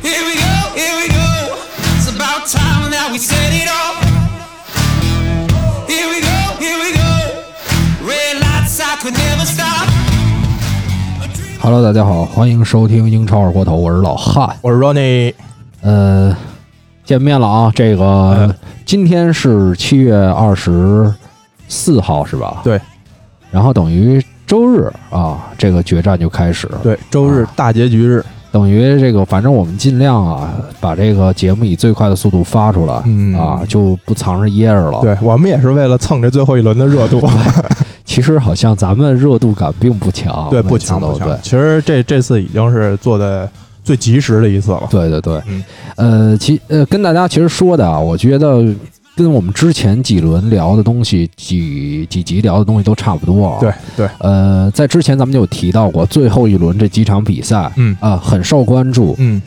Here we go, here we go. It's about time that we set it off. Here we go, here we go. Red lights, I could never stop. Hello，大家好，欢迎收听英超二锅头，我是老汉。我是 Ronnie，呃，见面了啊，这个嗯今天是七月二十四号是吧？对。然后等于周日啊，这个决战就开始。对，周啊日大结局日，等于这个，反正我们尽量啊，把这个节目以最快的速度发出来、嗯啊，就不藏着掖着了。，对我们也是为了蹭这最后一轮的热度，其实好像咱们热度感并不强，对，不每次强都不对强。其实这这次已经是做的最及时的一次了，对对对，嗯呃，其呃跟大家其实说的啊，我觉得跟我们之前几轮聊的东西，几几集聊的东西都差不多啊。对，对，呃，在之前咱们就有提到过，最后一轮这几场比赛啊、嗯很受关注。嗯，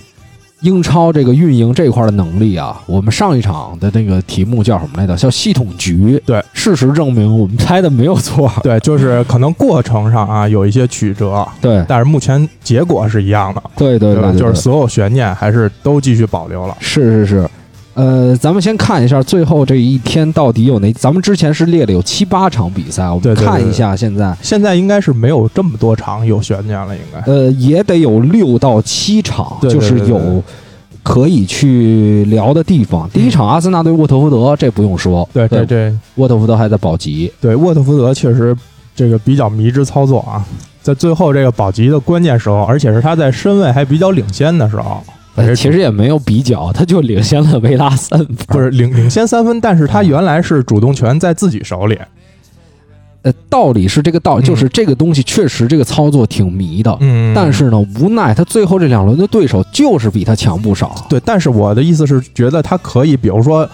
英超这个运营这块的能力啊，我们上一场的那个题目叫什么来着？叫系统局。对，事实证明我们猜的没有错。对，就是可能过程上啊有一些曲折，对但是目前结果是一样的，对对吧？对，就是所有悬念还是都继续保留了，是是是，呃，咱们先看一下最后这一天到底有哪？咱们之前是列了有七八场比赛，我们对对对看一下现在，现在应该是没有这么多场有悬念了，应该。呃，也得有六到七场，对对对就是对有对可以去聊的地方。第一场阿森纳对沃特福德，这不用说，对对对沃特福德还在保级，对，沃特福德确实这个比较迷之操作啊，在最后这个保级的关键时候，而且是他在身位还比较领先的时候，呃还是其实也没有比较，他就领先了维拉三分， 不是领领先三分，但是他原来是主动权在自己手里。呃，道理是这个道理，嗯就是这个东西确实这个操作挺迷的。嗯但是呢，无奈他最后这两轮的对手就是比他强不少。对，但是我的意思是，觉得他可以，比如说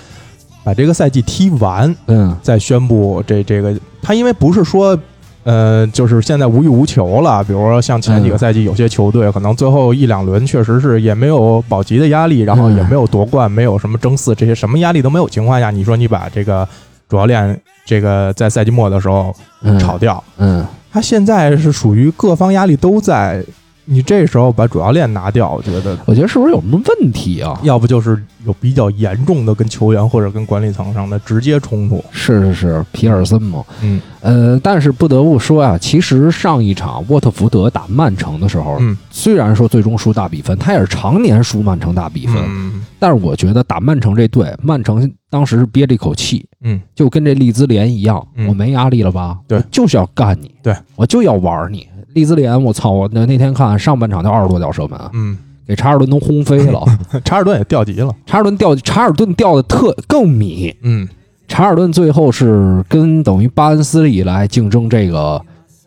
把这个赛季踢完，嗯，再宣布这这个，他因为不是说。呃，就是现在无欲无求了。比如说，像前几个嗯赛季，有些球队可能最后一两轮确实是也没有保级的压力，然后也嗯没有夺冠，没有什么争四这些什么压力都没有情况下，你说你把这个主教练这个在赛季末的时候嗯炒掉，嗯，他现在是属于各方压力都在，你这时候把主教练拿掉，我觉得我觉得是不是有什么问题啊？要不就是有比较严重的跟球员或者跟管理层上的直接冲突。是是是，皮尔森嘛，嗯呃，但是不得不说啊，其实上一场沃特福德打曼城的时候，嗯虽然说最终输大比分，他也是常年输曼城大比分，嗯但是我觉得打曼城这队，曼城当时是憋着一口气，嗯，就跟这利兹联一样，嗯我没压力了吧？对我就是要干你，对我就要玩你。利兹联，我操！我那那天看上半场就二十多脚射门，嗯，给查尔顿都轰飞 了。查尔顿也调级了。查尔顿掉，查尔顿掉的特更迷，嗯查尔顿最后是跟等于巴恩斯利来竞争这个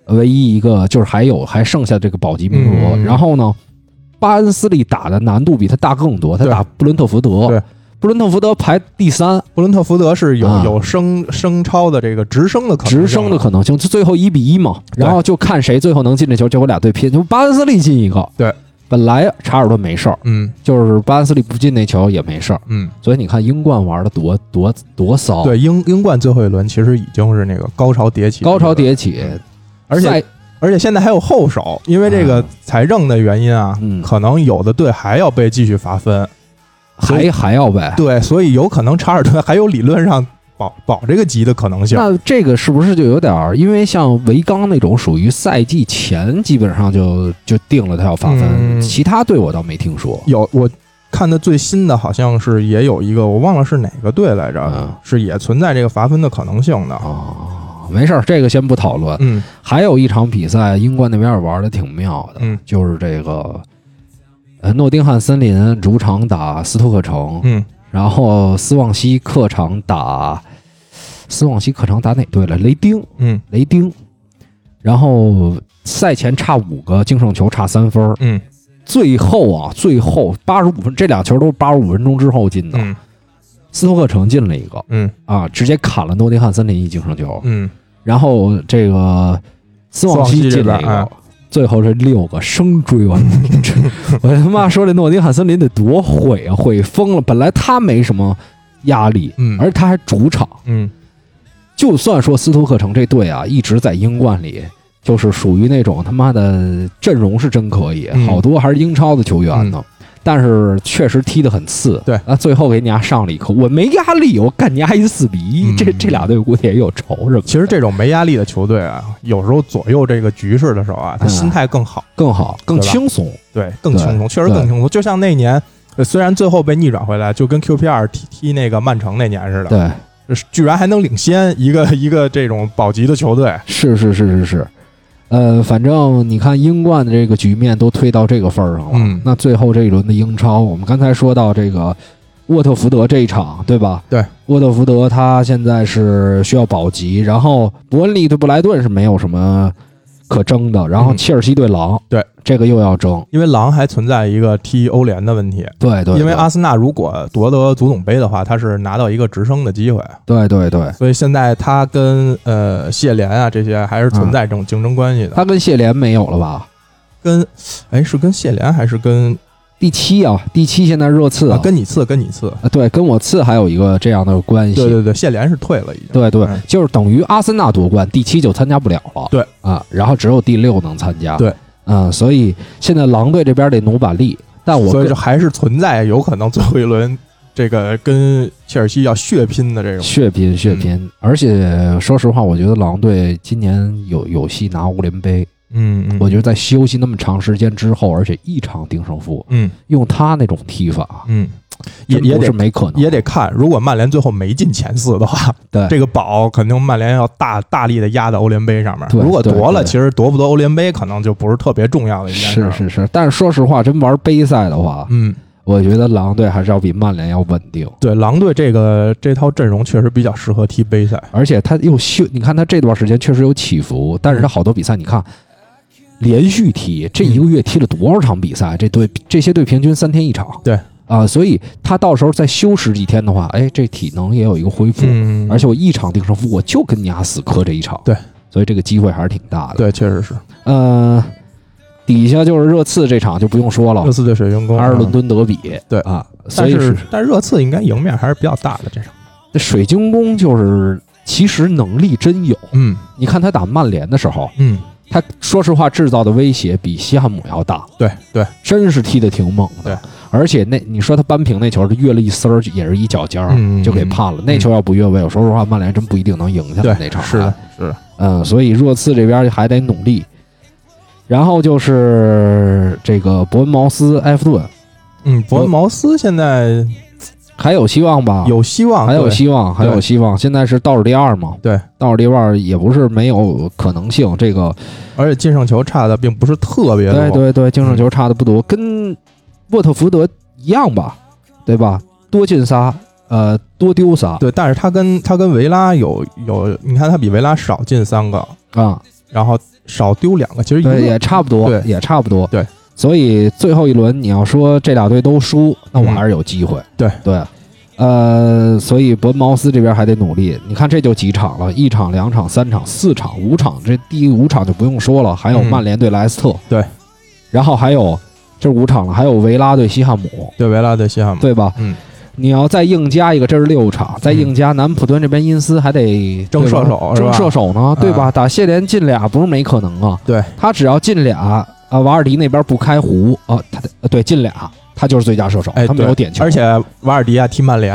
呃唯一一个就是还有还剩下这个保级名额。嗯然后呢，巴恩斯利打的难度比他大更多，他对打布伦特福对德，布伦特福德排第三，布伦特福德是有、啊有升升超的这个直升的可能性直升的可能性，就最后一比一嘛。对然后就看谁最后能进这球，结果俩队拼，就巴恩斯利进一个。对，本来查尔顿没事儿，嗯就是巴恩斯利不进那球也没事儿。嗯，所以你看英冠玩的多多多骚，对英英冠最后一轮其实已经是那个高潮迭起，高潮迭起，而且赛而且现在还有后手，因为这个啊财政的原因啊，嗯可能有的队还要被继续罚分。所还以还要呗。对，所以有可能查尔顿还有理论上保保这个级的可能性。那这个是不是就有点儿？因为像维冈那种属于赛季前基本上就就定了他要罚分，嗯其他队我倒没听说。有我看的最新的好像是也有一个，我忘了是哪个队来着，嗯是也存在这个罚分的可能性的。哦，没事儿，这个先不讨论。嗯还有一场比赛，英冠那边儿玩的挺妙的，嗯就是这个呃诺丁汉森林主场打斯托克城，嗯，然后斯旺西客场打斯旺西客场打哪队了？雷丁，嗯雷丁。然后赛前差五个净胜球，差三分儿。嗯最后啊，最后八十五分，这俩球都是八十五分钟之后进的。嗯斯托克城进了一个嗯啊，直接砍了诺丁汉森林一净胜球，嗯，然后这个斯旺西进了一斯旺西这边个哎，最后这六个生追完了，这 我他妈说这诺丁汉森林得多毁啊，毁疯了！本来他没什么压力，嗯而他还主场，嗯就算说斯图克城这队啊一直在英冠里，就是属于那种他妈的阵容是真可以，嗯好多还是英超的球员呢。但是确实踢得很次，对啊，最后给你家上了一课，我没压力，我干你家一四比一、嗯这这俩队估计也有仇什么的，其实这种没压力的球队啊，有时候左右这个局势的时候啊，他嗯心态更好，更好，更对吧轻松，对，更轻松，确实对更轻松。就像那年，呃虽然最后被逆转回来，就跟 QPR 踢踢那个曼城那年似的，对，就是居然还能领先一个 一个这种保级的球队，是是是是是，呃，反正你看英冠的这个局面都推到这个份儿上了，嗯那最后这一轮的英超，我们刚才说到这个沃特福德这一场，对吧？对，沃特福德他现在是需要保级，然后伯恩利对布莱顿是没有什么可争的，然后嗯切尔西对狼，对，这个又要争，因为狼还存在一个踢欧联的问题。对对因对为阿森纳如果夺得足总杯的话，他是拿到一个直升的机会，对对对，所以现在他跟呃谢联啊这些还是存在这种竞争关系的。他跟谢联没有了吧？跟哎是跟谢联还是跟第七啊，第七现在热刺啊跟你次跟你次？啊对，跟我次还有一个这样的关系，对对对，谢联是退了已经。对对嗯，就是等于阿森纳夺冠，第七就参加不了了。对啊，然后只有第六能参加。对，嗯，所以现在狼队这边得努把力，但我所以个就还是存在有可能最后一轮这个跟切尔西要血拼的这种。血拼血拼，而且说实话，我觉得狼队今年有有戏拿欧联杯。嗯嗯，我觉得在休息那么长时间之后，而且一场定胜负，嗯用他那种踢法，嗯，也真也不是得没可能，也得看，如果曼联最后没进前四的话，对这个宝肯定曼联要大大力的压在欧联杯上面。对如果夺了，对对其实夺不夺欧联杯可能就不是特别重要的一件事。是，是是，但是说实话，真玩杯赛的话，嗯，我觉得狼队还是要比曼联要稳定。对，狼队这个这套阵容确实比较适合踢杯赛。而且他又休，你看他这段时间确实有起伏，但是他好多比赛，你看连续踢，这一个月踢了多少场比赛？这队这些队平均三天一场，对啊，所以他到时候再休十几天的话，哎，这体能也有一个恢复，嗯而且我一场定胜负，我就跟你俩死磕这一场，对，所以这个机会还是挺大的。，对，确实是呃，底下就是热刺这场就不用说了热，刺对水晶宫，阿尔伦嗯。敦德比，对啊，所但以是但热刺应该赢面还是比较大的这场。这水晶宫就是其实能力真有，嗯你看他打曼联的时候。嗯，他说实话制造的威胁比西汉姆要大，对对，真是踢得挺猛的。对而且那你说他扳平那球，他越了一丝儿，也是一脚尖儿、嗯就给判了。那球要不越位，我说实话，曼联真不一定能赢下对来，那场。是的，，是的，嗯，所以热刺这边还得努力。然后就是这个伯恩茅斯、埃弗顿嗯，伯恩茅斯现在还有希望吧？，有希望，啊还有对希望，还有希望。现在是倒数第二嘛？对，倒数第二也不是没有可能性。这个而且净胜球差的嗯并不是特别多。对对对，净胜球差的不多，跟沃特福德一样吧，对吧？多进仨，呃，多丢仨对，但是他跟他跟维拉有有，你看他比维拉少进三个，啊，然后少丢两个，其实一对，个也差不多对，也差不多。对，所以最后一轮你要说这俩队都输，那我嗯还是有机会。对对。呃，所以伯恩茅斯这边还得努力。你看，这就几场了，一场、两场、三场、四场、五场，这第五场就不用说了，还有嗯曼联对莱斯特，对，然后还有这五场了，还有维拉对西汉姆，对维拉对西汉姆，对吧？嗯，你要再硬加一个，这是六场，再硬加南普敦这边因斯还得争对吧射手是吧争嗯射手呢，对吧？打谢联进俩不是没可能啊，对他只要进俩啊，瓦尔迪那边不开胡啊，他得对进俩，他就是最佳射手，哎，他没有对点球，而且瓦尔迪亚踢曼联，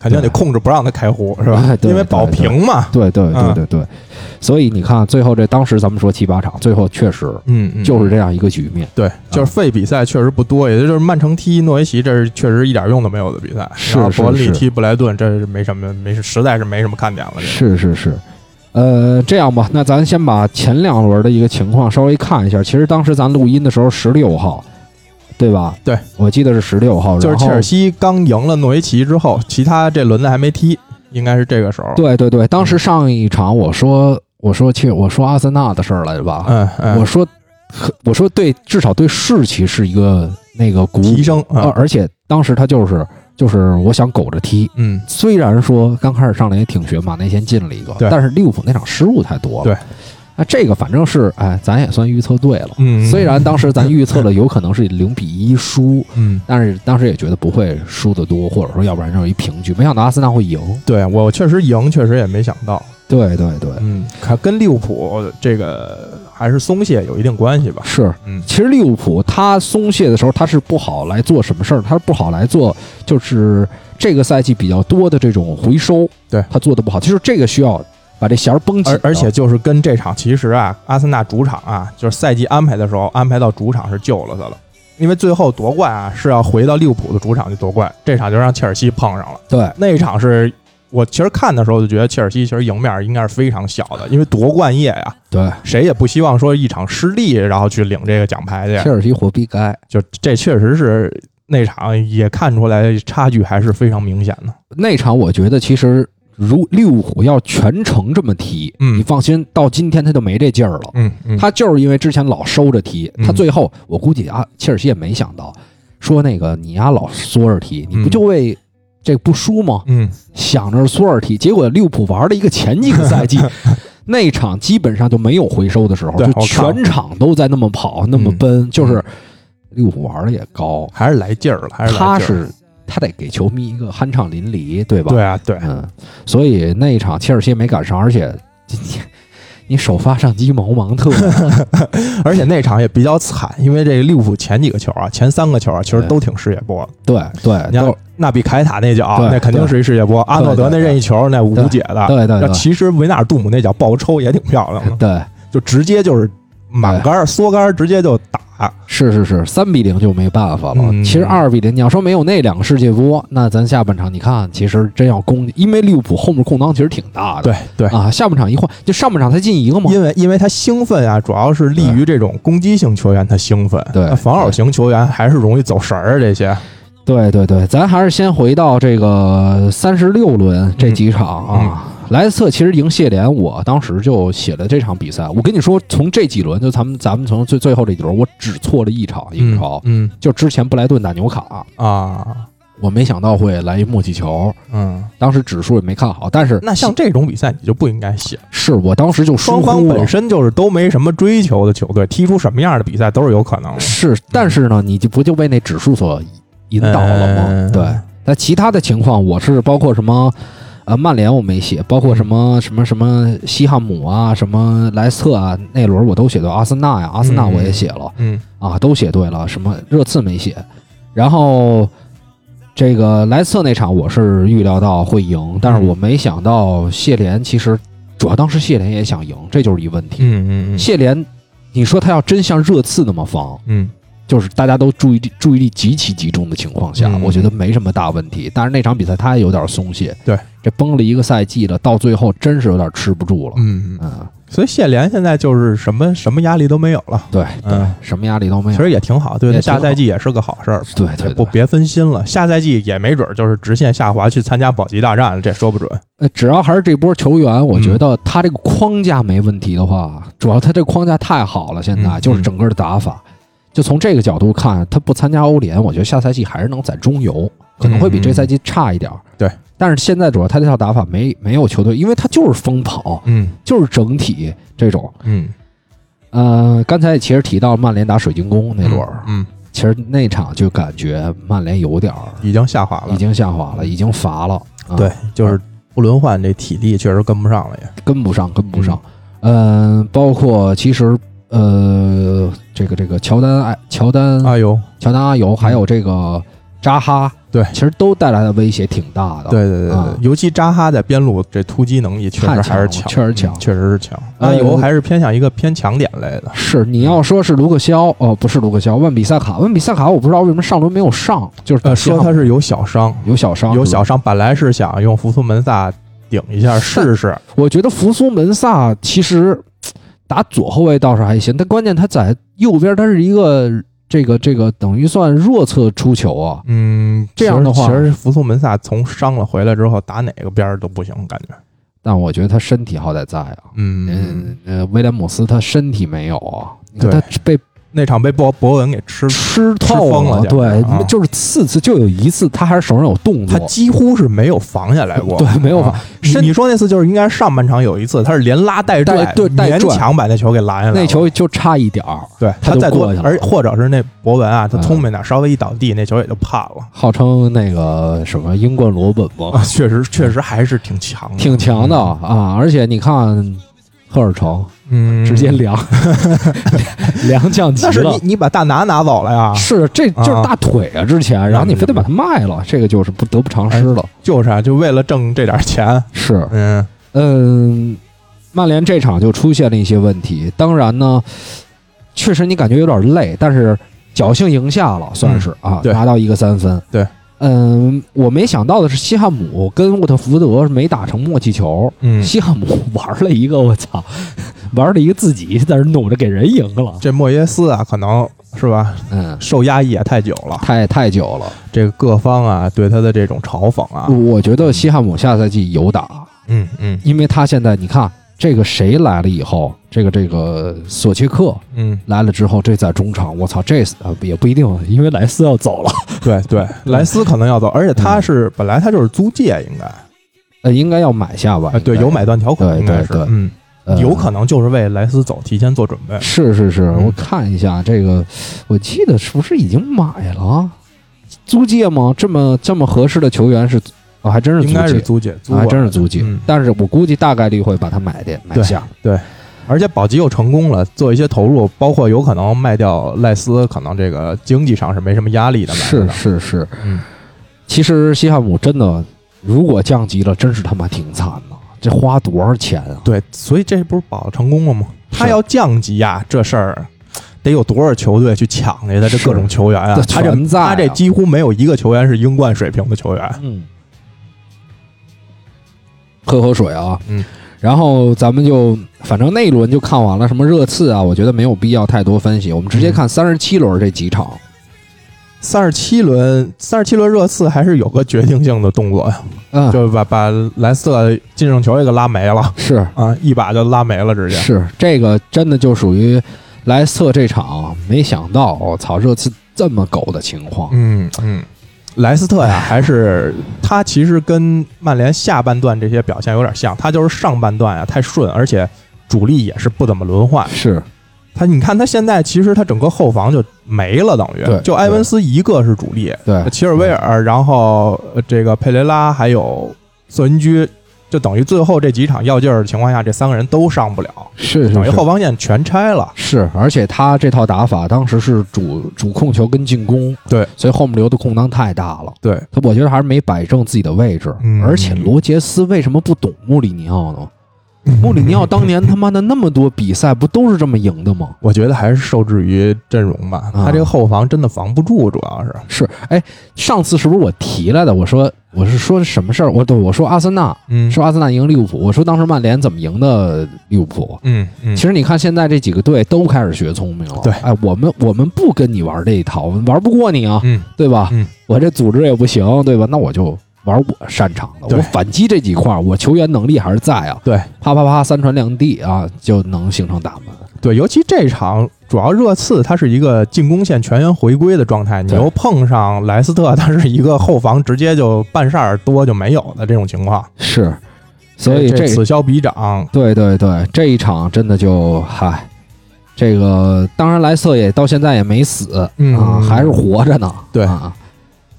肯定得对控制不让他开胡是吧哎？对因为对保对平嘛。对对对嗯对对，所以你看最后这当时咱们说七八场，最后确实嗯，嗯就是这样一个局面。对，就是费比赛确实不多，也就是曼城踢诺维奇，这是确实一点用都没有的比赛。是然后是伯恩利是踢布莱顿，这是没什么，没实在是没什么看点了。这是个是是，呃，这样吧，那咱先把前两轮的一个情况稍微看一下。其实当时咱录音的时候，十六号，对吧？对，我记得是十六号，就是然后切尔。西刚赢了诺维奇之后，其他这轮子还没踢，应该是这个时候。，对对对，当嗯时上一场我说我说切我说阿森纳的事儿来吧，嗯嗯，我说我说对，至少对士气是一个那个鼓舞提升呃啊，而且当时他就是就是我想苟着踢。嗯，虽然说刚开始上来也挺悬，马内先进了一个，对但是利物浦那场失误太多了。对，那这个反正是哎，咱也算预测对了。嗯虽然当时咱预测了有可能是零比一输，嗯，但是当时也觉得不会输得多，或者说要不然就是一平局。没想到阿森纳会赢。对我确实赢，确实也没想到。对对对，嗯，看跟利物浦这个还是松懈有一定关系吧。是。嗯其实利物浦他松懈的时候，他是不好来做什么事儿，他是不好来做，就是这个赛季比较多的这种回收，对他做的不好，就是这个需要把这弦儿绷紧而了。而且就是跟这场，其实啊，阿森纳主场啊，就是赛季安排的时候安排到主场是救了他了，因为最后夺冠啊是要回到利物浦的主场去夺冠，这场就让切尔西碰上了。对那一场是我其实看的时候就觉得切尔西其实赢面应该是非常小的，因为夺冠夜呀、对，谁也不希望说一场失利然后去领这个奖牌去切，尔西活逼该。就这确实是那场也看出来差距还是非常明显的。那场我觉得其实如利物浦要全程这么踢，嗯你放心，到今天他就没这劲儿了。嗯嗯他就是因为之前老收着踢，嗯他最后我估计啊，切尔西也没想到，说那个你呀老缩着踢，你不嗯就为这不输吗？嗯想着索尔踢，结果利物浦玩了一个前几个赛 季，那一场基本上就没有回收的时候，对就我看了全场都在那么跑、那么嗯奔，就是利物浦玩的也高，还是来劲儿了，还是来劲他儿。是他得给球迷一个酣畅淋漓，对吧？对啊对，嗯，所以那一场切尔西没赶上，而且今天你首发上基毛芒 特，而且那场也比较惨，因为这个利物浦前几个球啊，前三个球啊，其实对都挺世界波的。对对，你看都纳比凯塔那脚，啊对那肯定是一世界波；阿诺德那任意球，那无解的。对对那对其实维纳尔杜姆那脚爆抽也挺漂亮的，对，就直接就是满杆儿缩杆，儿，直接就打。是是是，三比零就没办法了。嗯其实二比零，你要说没有那两个世界波，那咱下半场你看，其实真要攻，因为利物浦后面空档其实挺大的。对对，啊，下半场一换，就上半场才进一个嘛。因为因为他兴奋啊，主要是利于这种攻击型球员他兴奋，对那防守型球员还是容易走神儿啊这些。对对对，咱还是先回到这个三十六轮这几场啊。嗯莱斯特其实赢谢联，我当时就写了这场比赛。我跟你说，从这几轮就咱们咱们从最最后这几轮，我只错了一场英嗯超，嗯就之前布莱顿打纽卡，啊我没想到会来一默契球，嗯，当时指数也没看好，但是那像这种比赛你就不应该写。是我当时就疏双方忽了本。身就是都没什么追求的球队，踢出什么样的比赛都是有可能的。是，但是呢，你就不就被那指数所引导了吗？嗯对。那其他的情况，我是包括什么，呃，曼联我没写，包括什么什么什么西汉姆啊，什么莱斯特啊，那轮我都写对，阿森纳呀、阿森纳我也写了、嗯啊，都写对了，什么热刺没写，然后。这个莱斯特那场我是预料到会赢，但是我没想到谢联其实主要当时谢联也想赢，这就是一问题。嗯嗯谢联，你说他要真像热刺那么防，嗯就是大家都注意力注意力极其集中的情况下，嗯我觉得没什么大问题。但是那场比赛他也有点松懈，对，这崩了一个赛季了，到最后真是有点吃不住了。嗯嗯，嗯，所以谢联现在就是什么什么压力都没有了，对对，嗯什么压力都没其有。实也挺好，对也他挺下好赛季也是个好事儿。对对不对，别分心了，下赛季也没准儿就是直线下滑去参加保级大战，这说不准。呃只要还是这波球员，我嗯觉得他这个框架没问题的话，主要他这框架太好了，现在嗯就是整个的打法。就从这个角度看，他不参加欧联，我觉得下赛季还是能在中游，可能会比这赛季差一点儿。嗯对，但是现在主要他这套打法没没有球队，因为他就是疯跑，嗯就是整体这种。嗯，呃，刚才也其实提到曼联打水晶宫那轮儿，嗯其实那场就感觉曼联有点儿已经下滑已了，经下滑了，已经乏了，啊对，就是不轮换这体力确实跟不上了也。跟不上，跟不上。嗯、包括其实呃，这个这个乔丹哎，乔丹、哎呦，乔丹阿尤，还有这个扎哈，对其实都带来的威胁挺大的。对对对对啊，尤其扎哈在边路这突击能力确太实强还是了确实嗯强确实是强。呃阿尤还是偏向一个偏强点类的，是你要说是卢克肖哦，不是卢克肖，万比萨卡，万比萨卡，我不知道为什么上轮没有上，就是呃，说他是是有小伤，有小伤，嗯有小伤，本来是想用福苏门萨顶一下试试，我觉得扶苏门萨其实打左后卫倒是还行，但关键他在右边，他是一个这个这个等于算弱侧出球啊。嗯，这样的话其实其实福苏门萨从伤了回来之后，打哪个边儿都不行，感觉，但我觉得他身体好歹在啊，嗯嗯呃，威廉姆斯他身体没有啊，你看对他被那场被博博文给吃吃吃透疯了简直对，啊就是四次就有一次他还是手上有动他作，几乎是没有防下来过，对没有防啊你身你说那次就是应该上半场有一次，他是连拉带拽带，对带勉拽强把那球给拦下来了。那球就差一点儿，对他他就再多过去，了嗯而或者是那博文啊，他聪明点，稍微一倒地，那球也就判了。号称那个什么英冠罗本嘛啊，，确实确实还是挺强的，挺强的啊！而且你看赫尔城嗯，嗯，直接 凉，凉降级但是了你。你把大拿拿走了呀，是，这就是大腿啊！之前，然后你非得把它卖了，这个就是不得不偿失了。就是啊，就为了挣这点钱，哎是，嗯，嗯，曼联这场就出现了一些问题。当然呢，确实你感觉有点累，但是侥幸赢下了，算是、啊，对拿到一个三分。对，嗯，我没想到的是，西汉姆跟沃特福德是没打成默契球。嗯西汉姆 玩了一个，我操，玩了一个自己在那儿努着给人赢了。这莫耶斯啊，可能是吧，嗯，受压抑也太久了，太太久了。这个各方啊对他的这种嘲讽啊，我觉得西汉姆下赛季有打，嗯嗯因为他现在你看这个谁来了以后，这个这个索切克，嗯，来了之后，这在中场，我操，这呃也不一定，因为莱斯要走了， 对对，莱斯可能要走，而且他嗯是本来他就是租借，应该呃，应该要买下吧？啊对，应该有买断条款，对应该对是对嗯，呃有可能就是为莱斯走提前做准备，是是是，嗯我看一下这个，我记得是不是已经买了？租借吗？这么这么合适的球员是，哦，还真是租应该是借，啊租借，租还过真来是的租借嗯。但是我估计大概率会把它买的买下。而且保级又成功了，做一些投入，包括有可能卖掉赖斯，可能这个经济上是没什么压力的。买是的，是是，嗯，其实西汉姆真的，如果降级了，真是他妈挺惨的，这花多少钱啊？对，所以这不是保成功了吗？是他要降级啊，这事儿得有多少球队去抢去他这是各种球员啊这，他这全在啊他这几乎没有一个球员是英冠水平的球员。嗯，喝口水啊，嗯，然后咱们就反正那一轮就看完了，什么热刺啊，我觉得没有必要太多分析，我们直接嗯看三十七轮这几场。三十七轮，三十七轮热刺还是有个决定性的动作呀，嗯，就是把把莱斯特净胜球也给拉没了是啊啊，一把就拉没了，直接。是，这个真的就属于莱斯特这场，没想到我操，热刺这么狗的情况。嗯，嗯，莱斯特呀，还是他其实跟曼联下半段这些表现有点像，他就是上半段呀太顺，而且主力也是不怎么轮换。是他你看他现在其实他整个后防就没了，等对于就埃文斯一个是主力，对，齐尔维尔，然后呃这个佩雷拉还有瑟恩居。就等于最后这几场要劲儿的情况下，这三个人都上不了，是是等于是后防线全拆了。是，而且他这套打法当时是主主控球跟进攻，对，所以后面留的空当太大了。对，他我觉得还是没摆正自己的位置，嗯而且罗杰斯为什么不懂穆里尼奥呢？嗯穆里尼奥当年他妈的那么多比赛不都是这么赢的吗？我觉得还是受制于阵容吧，啊他这个后防真的防不住，主要是。是，哎，上次是不是我提来的？我说我是说什么事儿？我对我说阿森纳，嗯说阿森纳赢利物浦，我说当时曼联怎么赢的利物浦？嗯嗯其，实你看现在这几个队都开始学聪明了，对哎，我们我们不跟你玩这一套，我们玩不过你啊，嗯对吧？嗯我这组织也不行，对吧？那我就玩我擅长的，对我反击这几块儿，我球员能力还是在啊。对啪啪啪，三传两地啊，就能形成打门。对，尤其这场主要热刺它是一个进攻线全员回归的状态，你对又碰上莱斯特，它是一个后防直接就半扇儿多就没有的这种情况，是，所以哎这这此消彼长。对对对，这一场真的就嗨，这个当然莱瑟也到现在也没死、嗯啊，还是活着呢。对啊。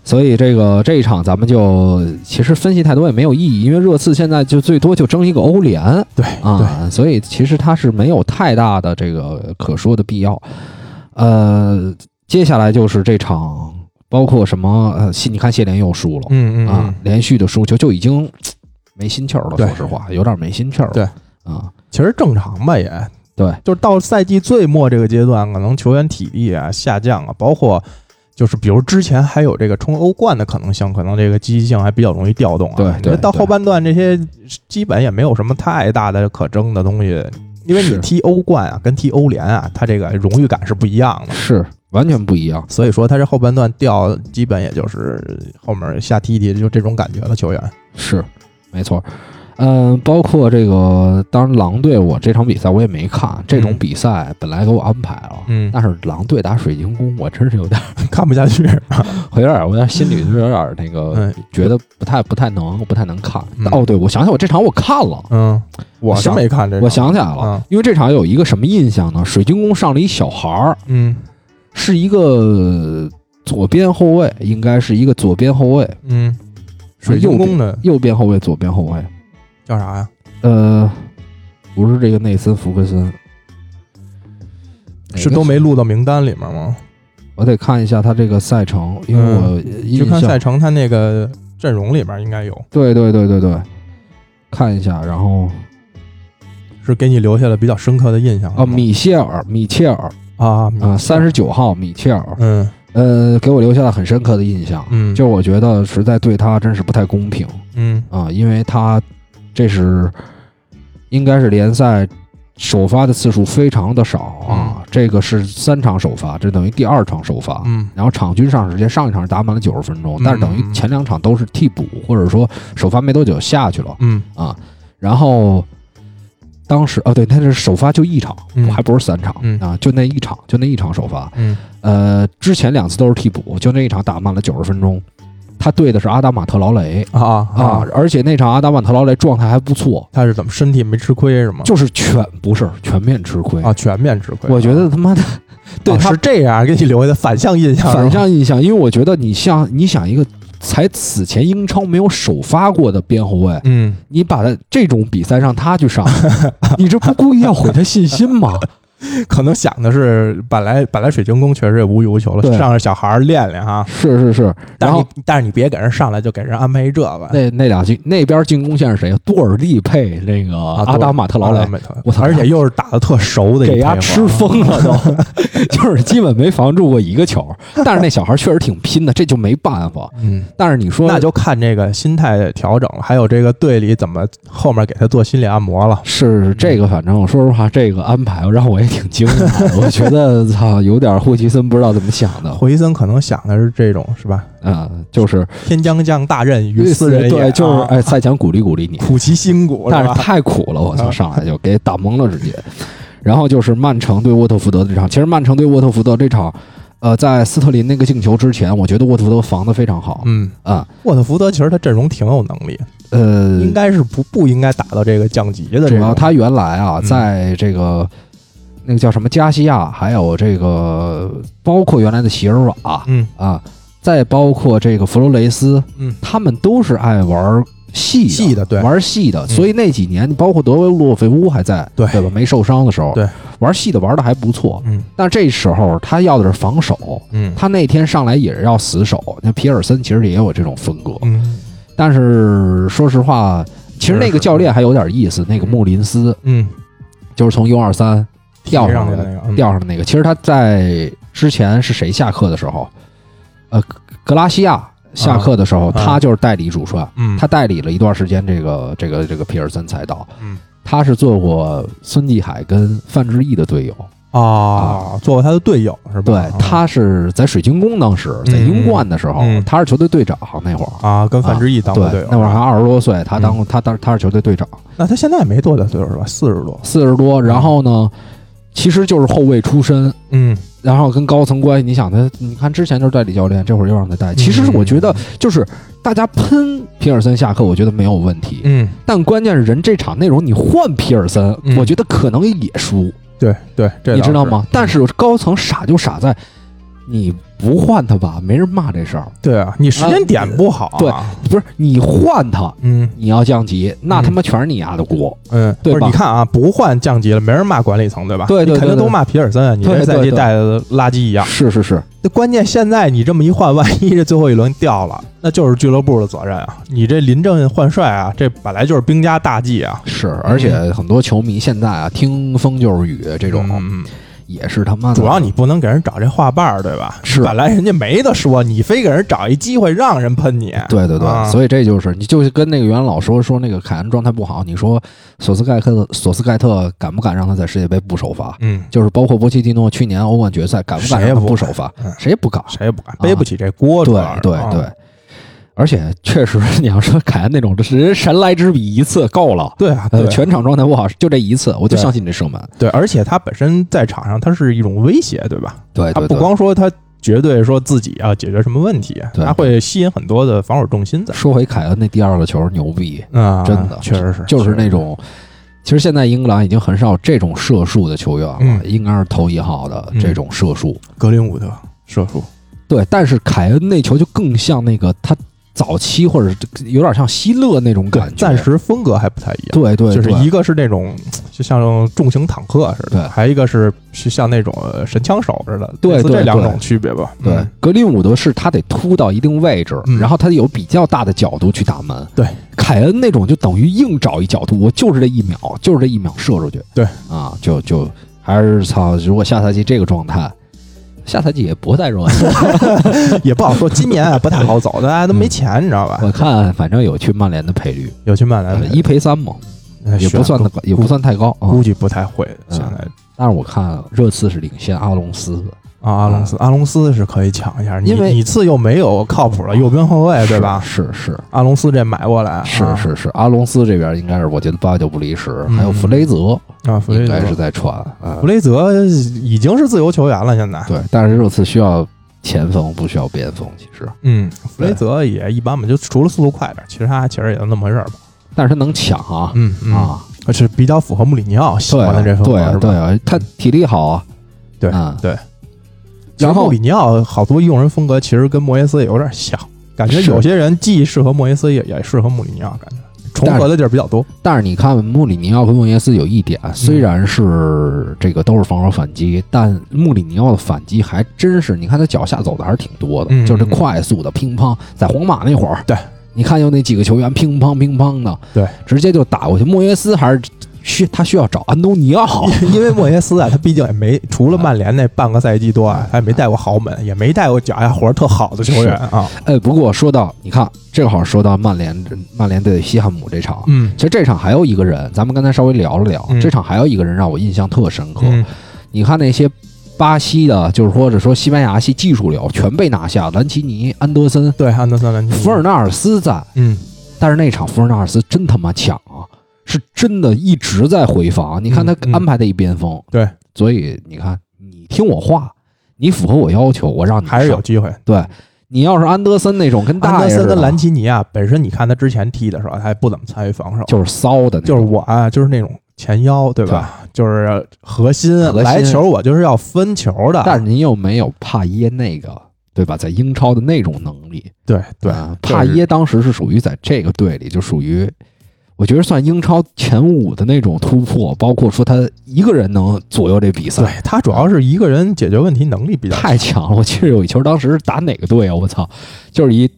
所以这个这一场咱们就其实分析太多也没有意义，因为热刺现在就最多就争一个欧联，对对，啊，所以其实它是没有太大的这个可说的必要。呃，接下来就是这场，包括什么呃，西你看谢联又输了、嗯嗯啊嗯，，连续的输球就已经嘖没心气儿了。对说实话，有点没心气儿了。对啊，其实正常吧也。对，就是到赛季最末这个阶段，可能球员体力啊下降啊，包括就是比如之前还有这个冲欧冠的可能性，可能这个积极性还比较容易调动啊。对对因为到对后半段这些基本也没有什么太大的可争的东西，因为你是踢欧冠啊，跟踢欧联啊，它这个荣誉感是不一样的。是完全不一样。所以说，他这后半段掉，基本也就是后面下踢一踢，就这种感觉了。球员，是，没错。嗯，包括这个，当然狼队我这场比赛我也没看，这种嗯比赛本来给我安排了，嗯但是狼队打水晶宫，我真是有点，看不下去。我有点，我有点心里就有点那个，嗯觉得不太不太能，不太能看。嗯哦，对，我想起我这场我看了，嗯，我是想没看这场，我想起来了，嗯因为这场有一个什么印象呢？水晶宫上了一小孩儿，嗯是一个左边后卫，应该是一个左边后卫，嗯，水晶宫的右边后卫，左边后卫，叫啥呀？呃，不是这个内森福克森，哪是个都没录到名单里面吗？我得看一下他这个赛程，因为我嗯去印看赛象、程，他那个阵容里面应该有，对对对对对，看一下，然后是给你留下了比较深刻的印象啊，米歇尔，米切尔啊啊，三十九号米切尔，嗯呃，给我留下了很深刻的印象，嗯，就我觉得实在对他真是不太公平嗯啊，因为他这是应该是联赛。首发的次数非常的少啊，这个是三场首发，这等于第二场首发。嗯然后场均上场时间，上一场是打满了九十分钟，但是等于前两场都是替补，或者说首发没多久下去了嗯啊。然后当时哦，对，他是首发就一场，嗯我还不是三场、嗯啊，就那一场，就那一场首发。嗯呃，之前两次都是替补，就那一场打满了九十分钟，他对的是阿达马特劳雷啊啊，，而且那场阿达马特劳雷状态还不错，他是怎么身体没吃亏是吗？就是全不是全面吃亏。啊，全面吃亏。我觉啊得他妈的，对哦他是这样，给你留下的反向印象是吧，反向印象，因为我觉得你像你想一个才此前英超没有首发过的边后卫，嗯 你把他这种比赛让他去上，你这不故意要毁他信心吗？ 可能想的是，本来本来水晶宫确实也无欲无求了，对上着小孩儿练练哈。是是是，然但是后你但是你别给人上来就给人安排一这个那那俩进那边进攻线是谁？杜尔利配那个啊阿达马特劳雷。美特，我操而且又是打的特熟的一给配合丫啊，吃疯了都， 就是基本没防住过一个球。但是那小孩确实挺拼的，这就没办法。嗯。但是你说，那就看这个心态调整了，还有这个队里怎么后面给他做心理按摩了。是这个，反正说实话，这个安排让我也挺惊讶的。我觉得操，有点霍奇森不知道怎么想的，霍伊森可能想的是这种是吧？嗯，就是天将降大任于斯人也，对，就是啊哎，赛前鼓励鼓励你，苦其心骨，但是吧？太苦了，我操，啊上来就给打懵了直接。然后就是曼城对沃特福德这场，其实曼城对沃特福德这场，呃，在斯特林那个进球之前，我觉得沃特福德防得非常好嗯，啊，沃特福德其实他阵容挺有能力，呃，应该是不不应该打到这个降级的这主种。要他原来啊，嗯在这个那个叫什么加西亚，还有这个包括原来的席尔瓦嗯啊，再包括这个弗罗雷斯，嗯他们都是爱玩细的细的对玩细的。嗯所以那几年，包括德维洛菲乌还在，对吧？没受伤的时候，对，玩细的玩的还不错。嗯但这时候他要的是防守，嗯他那天上来也是要死守。那皮尔森其实也有这种风格，嗯但是说实话，其实那个教练还有点意思，那个穆林斯嗯，就是从 U 二三调提上上去来那个嗯调上的那个。其实他在之前是谁下课的时候，呃，格格拉西亚下课的时候，啊啊他就是代理主帅，嗯他代理了一段时间这个这个这个皮尔森才到。嗯他是做过孙继海跟范志毅的队友，啊做过他的队友是吧？对啊，他是在水晶宫当时在英冠的时候嗯嗯嗯，他是球队队长那会儿，啊跟范志毅当过对队友，，啊嗯那会儿还二十多岁，他当过他当他是球队队长，那他现在没多大岁数是吧？四十多，四十多，然后呢，其实就是后卫出身，嗯然后跟高层关系，你想他，你看之前就是代理教练，这会儿又让他嗯带。其实我觉得就是大家喷皮尔森下课，我觉得没有问题。嗯，但关键是人这场内容你换皮尔森，嗯我觉得可能也输，对对，这你倒知道是嗯吗？但是高层傻就傻在，你不换他吧，没人骂这事儿；对啊，你时间点不好、啊对，不是你换他，嗯你要降级，那他妈全是你丫的锅。嗯，对不是吧你看啊，不换降级了，没人骂管理层，对吧？对对你肯定对对都骂皮尔森啊，你对对这赛季对带的垃圾一样。是是是，那关键现在你这么一换，万一这最后一轮掉了，那就是俱乐部的责任啊！你这临阵换帅啊，这本来就是兵家大忌啊。是，而且很多球迷现在啊，听风就是雨，这这种、嗯、也是他妈的。主要你不能给人找这话瓣儿，对吧？是本来人家没得说，你非给人找一机会让人喷你。对对对，啊所以这就是你就是跟那个元老说说那个凯恩状态不好，你说索斯盖特索斯盖特敢不敢让他在世界杯不首发？嗯，就是包括波切蒂诺去年欧冠决赛敢不敢谁也让他不首发敢嗯？谁也不敢。谁也不敢背不起这锅，啊对主要是对啊对，而且确实，你要说凯恩那种，人神来之笔一次够了，对啊，呃，对全场状态不好，就这一次，我就对相信你这射门。对，而且他本身在场上，他是一种威胁，对吧？对他对不对。光说他绝对说自己要解决什么问题，对他会吸引很多的防守重心在。说回凯恩那第二个球牛逼，啊，真的确实是，就是确那实种。其实现在英格兰已经很少这种射术的球员了，嗯应该是头一号的这种射术。格林伍德射术，对，但是凯恩那球就更像那个他早期或者有点像希勒那种对感觉，暂时风格还不太一样。对对，就是对一个是那种就像重型坦克似对的，还有一个是是像那种呃神枪手似的，对类似对这两对种区别吧。对嗯，格林伍德是他得突到一定位置，嗯然后他有比较大的角度去打门。对，凯恩那种就等于硬找一角度，我就是这一秒，就是这一秒射出去。对啊，就就还是操，如果下赛季这个状态，下赛季也不太容易。也不好说，今年啊不太 好走，大家都没钱，你知道吧？我看反正有去曼联的赔率，有去曼呃联一赔三嘛，哎呃也不选算也不算太高啊。估计不太会。嗯现在但是我看热刺是领先阿隆斯的，啊，阿隆斯，阿隆斯是可以抢一下，嗯你因为你次又没有靠谱的右边后卫，哎对吧？是是。阿隆斯这买过来是啊是是，阿隆斯这边应该是我觉得八九不离十，还有嗯弗雷泽啊，弗雷应该泽是在传啊弗，雷泽已经是自由球员了，现在。对，但是热刺需要前锋，不需要边锋，其实，嗯，弗雷对泽也一般吧，就除了速度快点，其他其实也就那么回事儿吧。但是他能抢啊、嗯嗯啊，是比较符合穆里尼奥喜对欢啊的这风格，对啊是对吧？啊，他体力好啊，对啊对。其实然后穆里尼奥好多用人风格其实跟莫耶斯也有点像，感觉是有些人既适合莫耶斯，也也适合穆里尼奥，感觉重但合的地儿比较多。但是你看穆里尼奥和诺耶斯有一点，嗯虽然是这个都是防守反击，但穆里尼奥的反击还真是，你看他脚下走的还是挺多的，嗯就是这快速的乒乓，在皇马那会儿，对，你看有那几个球员乒乓乒乓的，对，直接就打过去。莫耶斯还是需他需要找安东尼奥， 因为莫耶斯啊，他毕竟也没除了曼联那半个赛季多啊，他也没带过豪门，也没带过脚下活儿特好的球员啊。 哎，不过说到你看，正好说到曼联，曼联对西汉姆这场，嗯其实这场还有一个人，咱们刚才稍微聊了聊，嗯这场还有一个人让我印象特深刻。你看那些巴西的，就是或者说西班牙系技术流，全被拿下，兰奇尼、安德森、对，安德森篮球，福尔纳尔斯在，嗯，但是那场福尔纳尔斯真他妈抢啊！是真的一直在回防，你看他嗯嗯安排的一边锋，对，所以你看，你听我话，你符合我要求，我让你还是有上机会。对。你要是安德森那种跟安大德爷似森的，跟兰奇尼啊，本身你看他之前踢的时候，他还不怎么参与防守，就是骚的那种，就是我啊，就是那种前腰，对吧？就是核心核心来球，我就是要分球的。但是您又没有帕耶那个，对吧？在英超的那种能力，对对啊，就是帕耶当时是属于在这个队里，就属于我觉得算英超前五的那种突破，包括说他一个人能左右这比对赛，，他主要是一个人解决问题能力比较强太强了。我记得有一球当时是打哪个队啊？我操，就是一。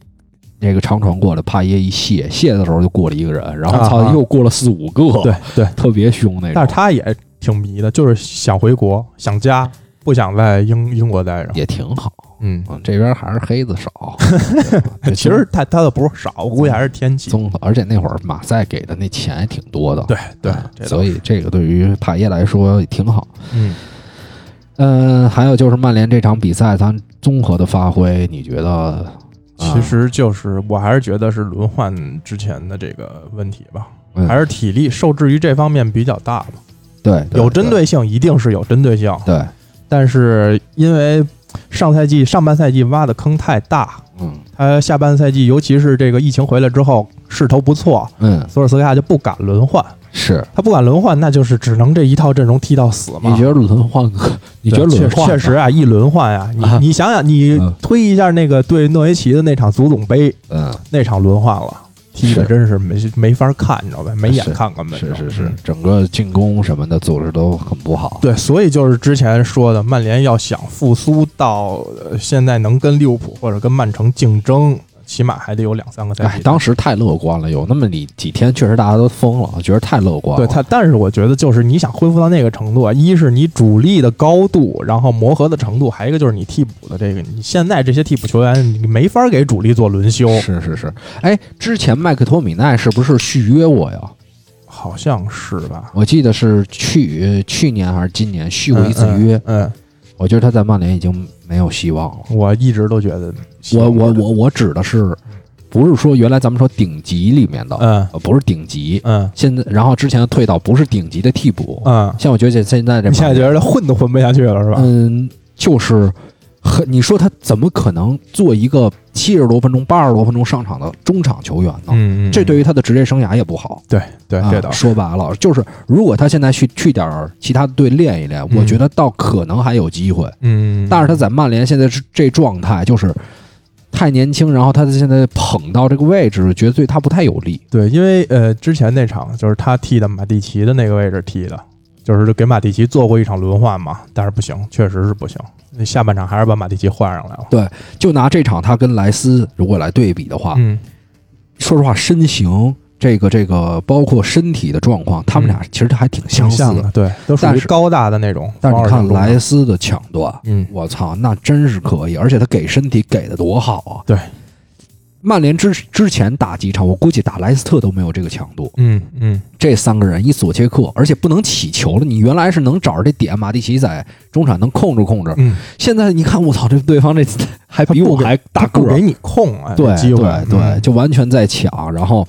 那个长传过来，帕耶一卸卸的时候就过了一个人，然后啊操啊又过了四五个，对，对，特别凶那种。但是他也挺迷的，就是想回国，想家，不想在英英国待着。嗯也挺好，嗯，嗯，这边还是黑子 少。对吧对其实他他的不是少，我估计嗯还是天气。综合，而且那会儿马赛给的那钱也挺多的，对对啊，这所以以这个对于帕耶来说也挺好。嗯，嗯，还有就是曼联这场比赛，咱综合的发挥，你觉得？啊其实就是我还是觉得是轮换之前的这个问题吧，嗯还是体力受制于这方面比较大吧。对有针，对性，一定是有针对性，对，对但是因为上赛季上半赛季挖的坑太大，嗯他下半赛季尤其是这个疫情回来之后势头不错，嗯，索尔斯克亚就不敢轮换，是。他不敢轮换，那就是只能这一套阵容踢到死嘛。你觉得轮换？你觉得对轮确换？确实，啊，一轮换啊，你啊你想想，你嗯推一下那个对诺维奇的那场足总杯嗯，那场轮换了，踢的是真是没没法看，你知道吧？没嗯眼是看根本是就是是，整个进攻什么的组织都很不好。对，所以就是之前说的，曼联要想复苏到呃现在能跟利物浦或者跟曼城竞争，起码还得有两三个赛哎，季。当时太乐观了，有那么几几天，确实大家都疯了，觉得太乐观了。对他，但是我觉得就是你想恢复到那个程度啊，一是你主力的高度，然后磨合的程度，还有一个就是你替补的这个，你现在这些替补球员你没法给主力做轮休，是是是，哎，之前麦克托米奈是不是续约我呀？好像是吧？我记得是去呃去年还是今年续过一次约，嗯，嗯，我觉得他在曼联已经没有希望了。嗯我一直都觉得希我望我不大我我指的是不是说原来咱们说顶级里面的，嗯呃不是顶级，嗯现在然后之前退到不是顶级的替补，嗯，像我觉得现在这你现在得觉得混都混不下去了是吧？嗯，就是很，你说他怎么可能做一个七十多分钟、八十多分钟上场的中场球员呢？嗯嗯，这对于他的职业生涯也不好。对对啊这倒是，说白了，就是如果他现在去去点儿其他的队练一练，我嗯觉得倒可能还有机会。嗯，但是他在曼联现在是这状态，就是太年轻，然后他现在捧到这个位置，觉得对他不太有利。对，因为呃，之前那场就是他踢的马蒂奇的那个位置踢的，就是给马蒂奇做过一场轮换嘛，但是不行，确实是不行。那下半场还是把马蒂奇换上来了。就拿这场他跟莱斯如果来对比的话，嗯说实话，身形这个这个，包括身体的状况，他们俩其实还挺相嗯挺似像的。的，对，都属但于是高大的那种。但是你看防守型中场莱，斯的抢断，嗯，我操，那真是可以，而且他给身体给的多好啊！对，曼联之之前打几场，我估计打莱斯特都没有这个强度。嗯嗯这三个人一左切克，而且不能起球了，你原来是能找着这点，马蒂奇在中场能控制控制，嗯，现在你看，我操，这对方这 还比我还大他个不儿给，你空啊，对这机会，对对，嗯就完全在抢，然后。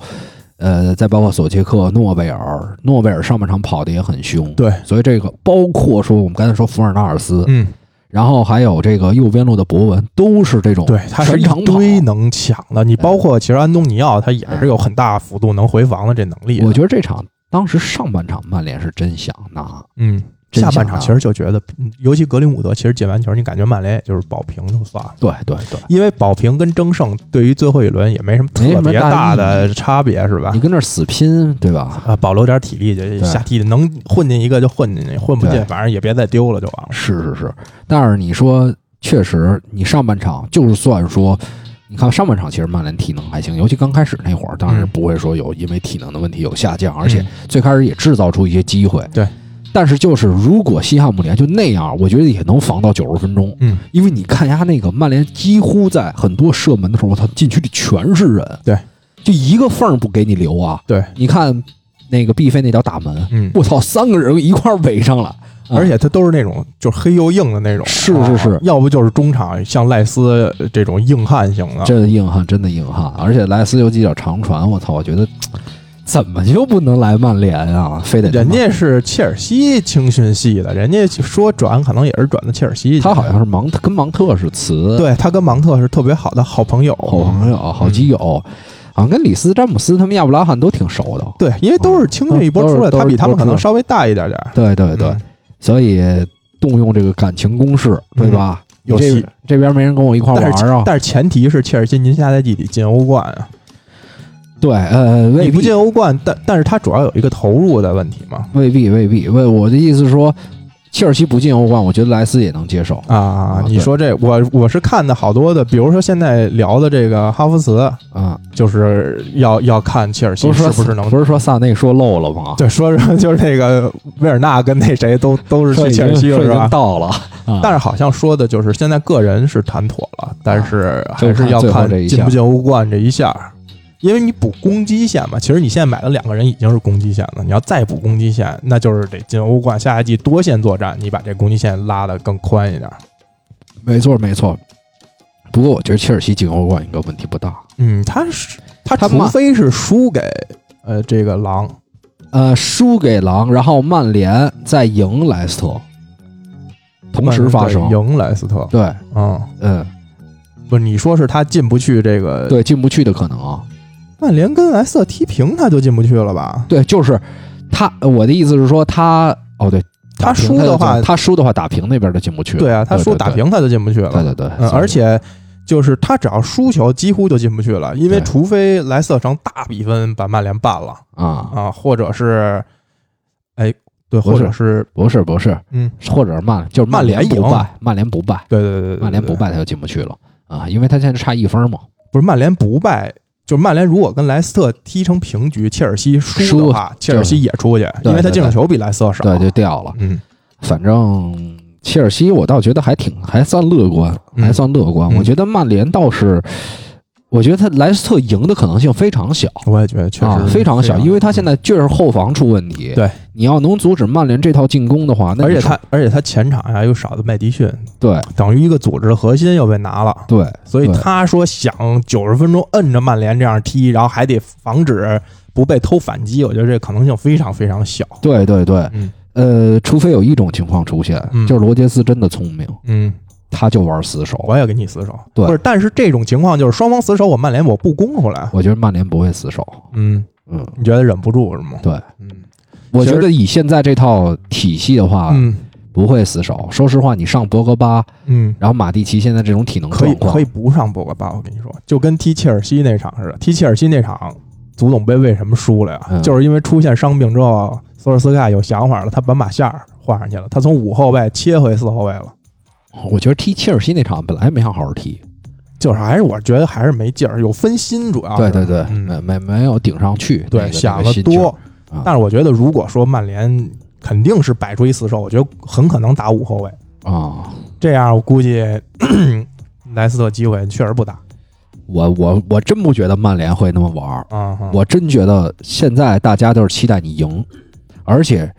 呃，再包括索切克、诺贝尔，诺贝尔上半场跑的也很凶，对，所以这个包括说我们刚才说福尔纳尔斯，嗯，然后还有这个右边路的博文，都是这种对，他是全一场跑。堆能抢的。你包括其实安东尼奥，他也是有很大幅度能回防的这能力的。我觉得这场当时上半场曼联是真想拿，嗯，真下半想场拿其实就觉得，嗯尤其格林伍德，其实进完球，你感觉曼联也就是保平就算了，对对对，因为保平跟争胜对于最后一轮也没什么没特什么别大大意义嗯的差别，是吧你？跟那儿死拼，对吧？啊，保留点体力就对下地，能混进一个就混进去，混不进对反正也别再丢了就完了。是是是，但是你说确实，你上半场就是算说，你看上半场其实曼联体能还行，尤其刚开始那会儿，当然嗯不会说有因为体能的问题有下降，而且最开始也制造出一些机会。对。但是就是，如果西汉姆联就那样，我觉得也能防到九十分钟。嗯，因为你看人家那个曼联，几乎在很多射门的时候，他禁区里全是人，对，就一个缝儿不给你留啊。对，你看那个毕飞那脚打门，嗯我操，三个人一块儿围上了，嗯而且他都是那种就是黑又硬的那种，是啊是是要不就是中场像赖斯呃这种硬汉型的，真的硬汉，真的硬汉。而且莱斯有几脚长传，我操，我觉得怎么就不能来曼联啊？非得他妈人家是切尔西青训系的，人家说转可能也是转的切尔西去，他好像是芒特跟芒特是词，对嗯他跟芒特是特别好的好朋友，好朋友、好基友，好像跟里斯、詹姆斯他们亚布拉罕都挺熟的。对，因为都是青训一波哦都是出来，都是他比他们都是可能稍微大一点点儿。对对对，嗯所以动用这个感情攻势，对吧？嗯有你戏这这边没人跟我一块玩但是啊？但是前提是切尔西您下赛季得进欧冠啊，对，呃，未你不必进欧冠，但但是他主要有一个投入的问题嘛未必未必。为我的意思是说，切尔西不进欧冠，我觉得莱斯也能接受。啊啊！你说这我我是看的好多的，比如说现在聊的这个哈弗茨，啊，就是要要看切尔西不是是说不是能不是说萨内说漏了吗？对，说是就是那个维尔纳跟那谁都都是说去已切尔经西了说已是吧经？到 了，啊但是好像说的就是现在个人是谈妥了，但是还是要啊就看最后看这一下进不进欧冠这一下，因为你补攻击线嘛。其实你现在买了两个人已经是攻击线了，你要再补攻击线，那就是得进欧冠下赛季多线作战，你把这攻击线拉得更宽一点。没错没错。不过我觉得切尔西进欧冠应该问题不大。嗯，他是他他除骂非是输给呃这个狼，呃，输给狼，然后曼联再赢莱斯特，同时发生。赢莱斯特，对，嗯，嗯，不是你说是他进不去这个对，进不去的可能啊。曼联跟莱斯特踢平，他就进不去了吧？对，就是他，呃我的意思是说他，哦对，他打平输的就话他输的话打平那边就进不去。对啊，他输打平他就进不去了。对。对对对对，嗯，而且就是他只要输球，几乎就进不去了，因为对除非莱斯特城大比分把曼联办了啊，啊，或者是，哎，对，不或是者是，不是不是，嗯，或者是曼就是曼联联不赢败，曼联不败，对对对对对，曼联不对，败他就进不去了啊，因为他现在差一分嘛。不是曼联不败。就是曼联如果跟莱斯特踢成平局，切尔西输输的话，切尔西也出去，对因为他对进对球比莱斯特少。对，就掉了。嗯，反正切尔西，我倒觉得还挺还算乐观，嗯还算乐观。嗯我觉得曼联倒是，我觉得他莱斯特赢的可能性非常小我也觉得确实、啊，非常小，因为他现在就是后防出问题。嗯对，你要能阻止曼联这套进攻的话，那而且你他而且他前场呀又少了麦迪逊，对等于一个组织的核心又被拿了。对所以对他说想九十分钟摁着曼联这样踢，然后还得防止不被偷反击，我觉得这可能性非常非常小。对对对，嗯呃，除非有一种情况出现，嗯就是罗杰斯真的聪明，嗯，他就玩死守。我也给你死守，对不是，但是这种情况就是双方死守，我曼联我不攻回来，我觉得曼联不会死守。嗯，嗯，你觉得忍不住是吗？对，嗯我其觉实得以现在这套体系的话，嗯不会死守。说实话，你上博格巴，嗯，然后马蒂奇现在这种体能可以状况，可以不上博格巴，我跟你说，就跟踢切尔西那场似的，踢切尔西那场足总杯为什么输了呀？嗯就是因为出现伤病之后，索尔斯盖有想法了，他把马夏尔换上去了，他从五后卫切回四后卫了。我觉得踢切尔西那场本来没想好好踢，就是还是我觉得还是没劲儿，有分心主要对是。对对，嗯，没没没有顶上去，对，那个那想个的心多。劲儿啊但是我觉得，如果说曼联肯定是摆出一死守，我觉得很可能打五后卫，劲儿啊。这样我估计 咳莱斯特机会确实不大。我我我真不觉得曼联会那么玩儿，嗯哼，我真觉得现在大家都是期待你赢，而且。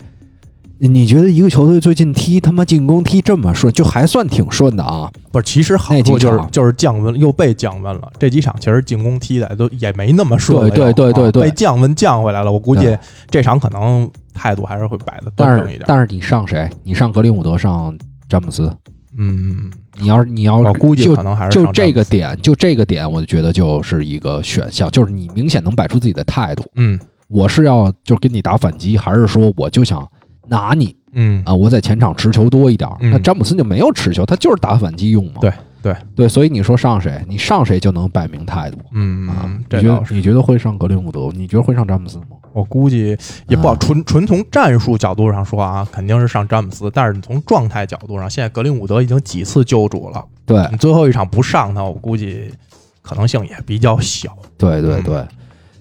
你觉得一个球队最近踢他妈进攻踢这么顺，就还算挺顺的啊？不是，其实好那几处就是场就是降温，又被降温了。这几场其实进攻踢的都也没那么顺了又，对对对对啊对被降温降回来了。我估计对这场可能态度还是会摆的端但正一是点。但是你上谁？你上格林伍德，上詹姆斯？嗯，嗯你要是你要嗯是我估计就可能还是就上这场个，点，就这个点，我就觉得就是一个选项，就是你明显能摆出自己的态度。嗯我是要就跟你打反击，还是说我就想拿你嗯啊？我在前场持球多一点儿。嗯那詹姆斯就没有持球，他就是打反击用嘛。对对对，所以你说上谁，你上谁就能摆明态度嗯啊嗯，。你这觉倒得是。你觉得会上格林伍德？你觉得会上詹姆斯吗？我估计也不好，嗯纯纯从战术角度上说啊，肯定是上詹姆斯。但是你从状态角度上，现在格林伍德已经几次救主了，对你最后一场不上他，我估计可能性也比较小。对对对，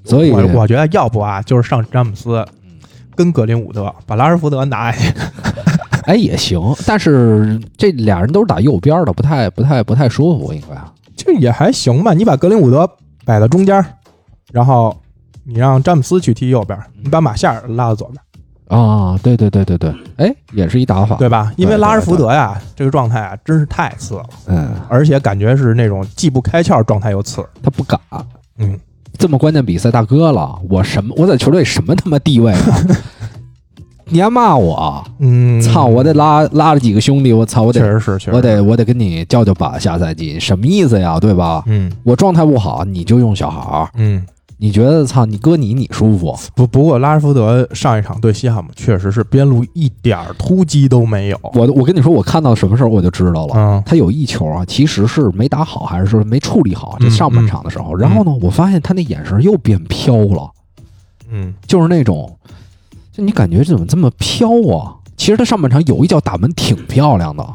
所以嗯我我觉得要不啊，就是上詹姆斯嗯，跟格林伍德把拉什福德拿下去。哎也行，但是这俩人都是打右边儿的，不太不太不太舒服，应该。 啊这也还行吧。你把格林伍德摆到中间，然后你让詹姆斯去踢右边，你把马夏尔拉到左边，啊，对对对对对，哎，也是一打法，对吧？因为对拉什福德呀，这个状态啊，真是太次了，嗯，而且感觉是那种既不开窍，状态又次。他不敢，嗯，这么关键比赛，大哥了，我什么，我在球队什么他妈地位啊？ 你还骂我，啊嗯，操！我得拉拉了几个兄弟，我操！我确得实是，确实是我得我得跟你叫叫板，下赛季什么意思呀？对吧？嗯我状态不好，你就用小孩儿，嗯，你觉得操你哥你你舒服？不不过拉什福德上一场对西汉姆确实是边路一点儿突击都没有，我我跟你说，我看到什么事儿我就知道了。嗯他有一球啊，其实是没打好，还是说没处理好？就嗯上半场的时候，然后呢，我发现他那眼神又变飘了，嗯就是那种，就你感觉怎么这么飘啊？其实他上半场有一脚打门挺漂亮的，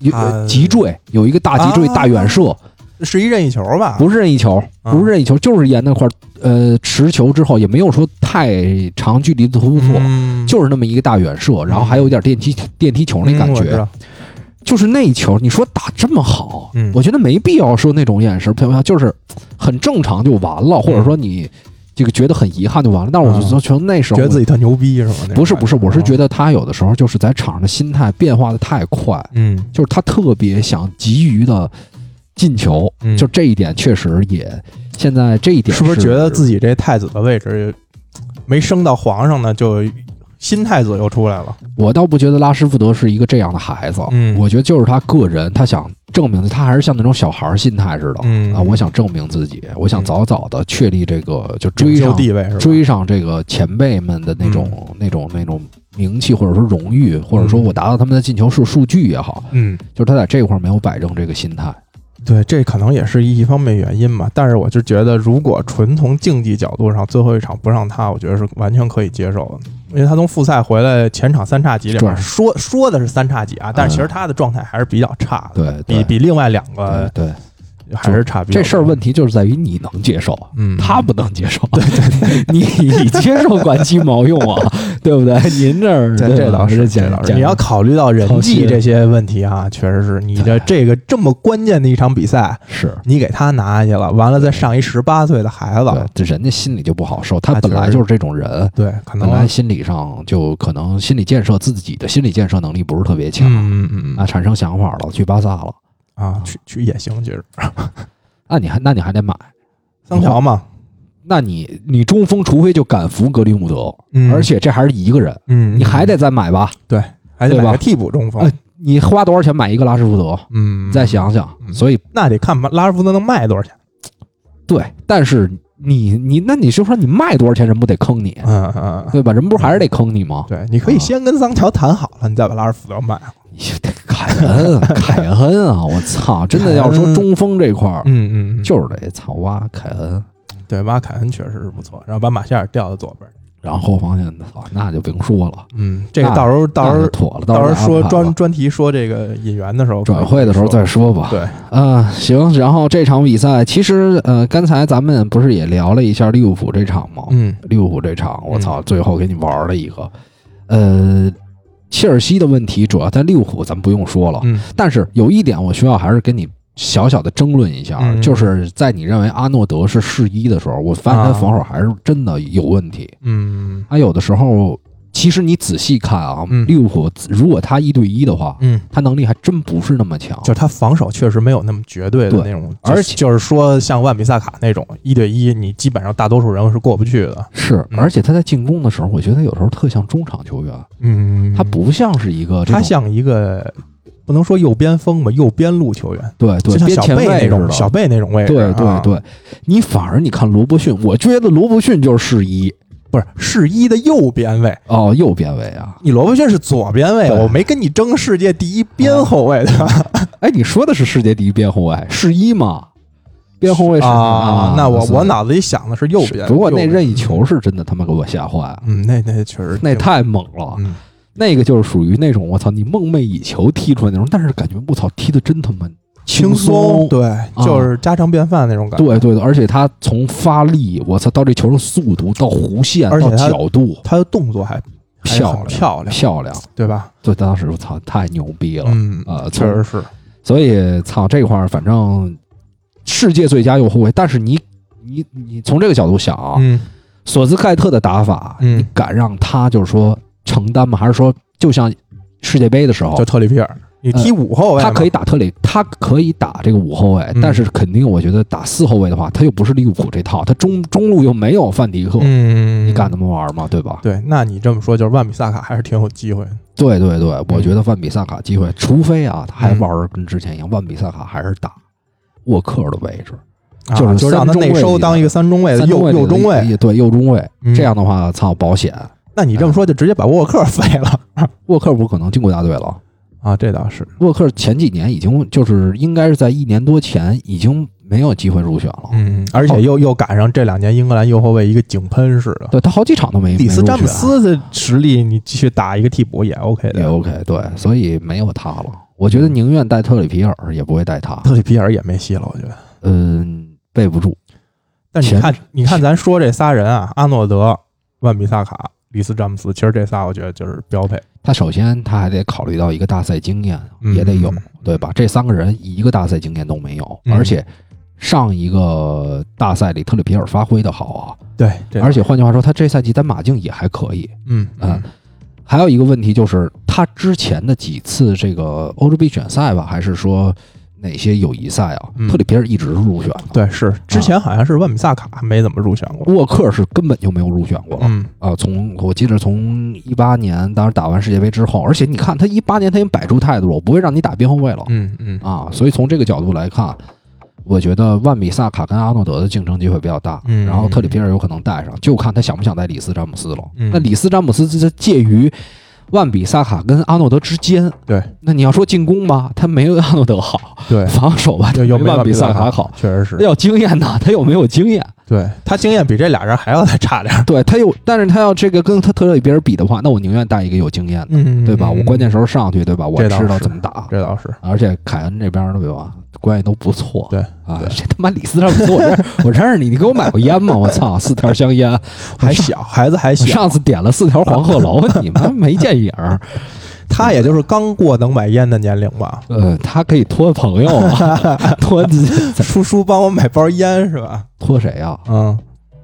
有呃他脊椎有一个大脊椎啊大远射，是一任意球吧？不是任意球，啊不是任意球，就是沿那块儿呃持球之后也没有说太长距离的突破，嗯就是那么一个大远射，然后还有一点电梯电梯球那感嗯我觉。知道就是那一球，你说打这么好，嗯我觉得没必要说那种眼神飘飘，就是很正常就完了，或者说你这个觉得很遗憾就完了。但是我就觉得那时候嗯觉得自己己特牛逼是吗？那种不是不是，感嗯我是觉得他有的时候就是在场上的心态变化的太快，嗯就是他特别想急于的进球，嗯就这一点确实也现在这一点是不是是觉得自己这太子的位置没升到皇上呢，就新太子又出来了？我倒不觉得拉什福德是一个这样的孩子，嗯我觉得就是他个人，他想证明他还是像那种小孩儿心态似的，嗯啊，我想证明自己，我想早早的确立这个就追就上地位嗯是吧？追上这个前辈们的那种、那种那种名气或者说荣誉，或者说我达到他们的进球数数据也好，嗯，就是他在这块儿没有摆正这个心态，对，这可能也是一方面原因吧。但是我就觉得，如果纯从竞技角度上，最后一场不让他，我觉得是完全可以接受的。因为他从复赛回来，前场三叉戟里面对说说的是三叉戟啊，但是其实嗯他的状态还是比较差的，对对比比另外两对个对还是差比较这事儿问题就是在于你能接受，啊嗯他不能接受。对对对， 你接受管鸡毛用啊，对不对？您这儿这对这吧倒是，简这倒是，简你要考虑到人操际心这些问题啊，确实是你的这个这么关键的一场比赛，是。你给他拿下去了，完了再上一十八岁的孩子，对，人家心里就不好受，他他本来就是就是这种人，对，可本能来心理上就可能心理建设自己的心理建设能力不是特别强，嗯嗯嗯啊，产生想法了，去巴萨了，啊，去去也行，其实那你还那你还得买，桑乔嘛，那你你中锋除非就敢服格林伍德，嗯而且这还是一个人，嗯，你还得再买吧，对，还得对买吧个替补中锋哎，你花多少钱买一个拉什福德？嗯，再想想，所以那得看吧拉什福德能卖多少钱，对，但是你你那你就说你卖多少钱，人不得坑你，嗯嗯，嗯对吧？人不是还是得坑你吗？对，你可以啊先跟桑乔谈好了，你再把拉什福德卖了， 凯恩，凯恩啊！我操，真的要说中锋这块儿，嗯嗯，嗯就是得操挖凯恩，对，挖凯恩确实是不错，然后把马夏尔调到左边，然后后防线操，那就甭说了，嗯，这个那到时候到时那候就妥了，到时时候说专专专题说这个引援的时候，转会的时候再说吧。对，啊，行，然后这场比赛其实呃，刚才咱们不是也聊了一下利物浦这场吗？嗯利物浦这场，我操，最后给你玩了一个，呃，切尔西的问题主要在利物浦，咱们不用说了。嗯但是有一点，我需要还是跟你小小的争论一下，嗯就是在你认为阿诺德是适一的时候，我发啊现他防守还是真的有问题。嗯他有的时候，其实你仔细看啊，嗯利物浦如果他一对一的话，嗯，他能力还真不是那么强。就他防守确实没有那么绝对的对那种，而就是且就是说像万比萨卡那种一对一，你基本上大多数人是过不去的，是，嗯而且他在进攻的时候，我觉得有时候特像中场球员，嗯他不像是一个这他种像一个不能说右边锋吧，右边路球员，对对就像边小前贝那卫似种的，小贝那种位置，对啊对对，你反而你看罗伯逊，我觉得罗伯逊就是适一不是是一的右边卫。哦，右边卫啊。你罗伯逊是左边卫，对啊我没跟你争世界第一边后卫对吧？哎，你说的是世界第一边后卫是一吗？边后卫是啊，那我是我脑子里想的是右边，不过那右边任意球是真的他妈给我吓坏了，嗯，那那确实那挺太猛了，嗯那个就是属于那种我操你梦寐以求踢出来那种，但是感觉我操踢的真他妈轻松。啊对，就是家常便饭那种感觉。对对对，而且他从发力，我操，到这球的速度，到弧线，而且到他角度，他的动作还还漂很亮漂亮，漂亮。对吧？对，当时我操，太牛逼了。嗯呃，确从实是，所以操这块儿，反正世界最佳右后卫，但是你你你从这个角度想啊，嗯索兹盖特的打法，嗯你敢让他就是说承担吗？还是说就像世界杯的时候就，特里皮尔，你踢五后卫嘛，嗯他可以打特里，他可以打这个五后卫，嗯但是肯定我觉得打四后卫的话，他又不是利物浦这套，他中中路又没有范迪克，嗯，你敢那么玩吗？对吧？对，那你这么说，就是万比萨卡还是挺有机会的。对对对，嗯我觉得万比萨卡机会，除非啊，他还玩儿跟之前一样，万比萨卡还是打沃克的位置，啊就是就让他三中内卫收里当一个三中卫的三右卫里右的中卫，也对右中卫，嗯这样嗯的话，操保险。那你这么说就直接把沃克 废了沃克不可能进国家队了，啊？这倒是，沃克前几年已经就是应该是在一年多前已经没有机会入选了，嗯，而且又又赶上这两年英格兰右后卫一个井喷似的，对他好几场都没里没斯入詹选啊姆斯的实力，你继续打一个替补也 OK 也的。 OK，对，所以没有他了。我觉得宁愿带特里皮尔也不会带他，嗯特里皮尔也没戏了，我觉得。嗯，备不住。但你前看，你看，咱说这仨人啊，阿诺德、万比萨卡、里斯詹姆斯，其实这仨我觉得就是标配。他首先他还得考虑到一个大赛经验嗯也得有嗯，对吧？这三个人一个大赛经验都没有，嗯而且上一个大赛里特里皮尔发挥的好对，啊，这而且换句话说，他这赛季在马竞也还可以。嗯嗯，还有一个问题就是，他之前的几次这个欧洲杯选赛吧，还是说哪些友谊赛啊嗯，特里皮尔一直是入选的，对，是之前好像是万比萨卡没怎么入选过。沃克是根本就没有入选过。嗯，啊，从我记得从一八年，当时打完世界杯之后，而且你看他一八年他已经摆出态度了，我不会让你打边后卫了、嗯嗯啊，所以从这个角度来看，我觉得万比萨卡跟阿诺德的竞争机会比较大，嗯然后特里皮尔有可能带上，就看他想不想带里斯詹姆斯了。嗯那里斯詹姆斯这介于万比萨卡跟阿诺德之间，对那你要说进攻吧，他没有阿诺德好，对， 防守吧，他又又没万比萨卡卡好，哎确实是。 要经验呢，他又没有经验，对他经验比这俩人还要再差点儿，对他有，但是他要这个跟他特里比尔比的话，那我宁愿带一个有经验的，嗯，对吧？我关键时候上去，对吧？我这倒知道是怎么打，这倒是，而且凯恩这边儿对吧，关系都不错。对啊对，这他妈李斯特鲁斯，我认我认识你，你给我买过烟吗？我操，四条香 烟，还小，孩子还我小，上次点了四条黄鹤楼，你们没见影 儿。他也就是刚过能买烟的年龄吧。呃，他可以托朋友啊， 托自己 叔叔帮我买包烟是吧？托谁啊？嗯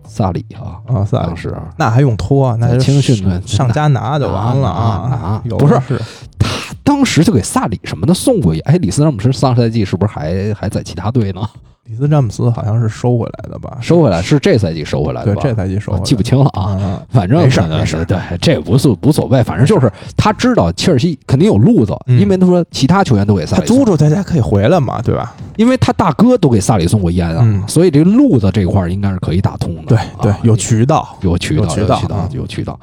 萨里啊，啊，算当了，时那还用拖？啊那就青训队上家拿就完了拿拿啊！拿有不是的是他当时就给萨里什么的送过去。哎，里斯詹姆斯上赛季是不是还还在其他队呢？里斯詹姆斯好像是收回来的吧？收回来是这赛季收回来的对吧？这赛季收回啊来的，记不清了啊。嗯嗯反正没事儿可能没事儿对，这不是无所谓，反正就是他知道切尔西肯定有路子，嗯因为他说其他球员都给萨他里送租出去他可以回来嘛，对吧？因为他大哥都给萨里送过烟啊，嗯所以这个路子这块儿应该是可以打通的。对对啊，有渠道。有渠道，有渠有道渠道啊，有渠道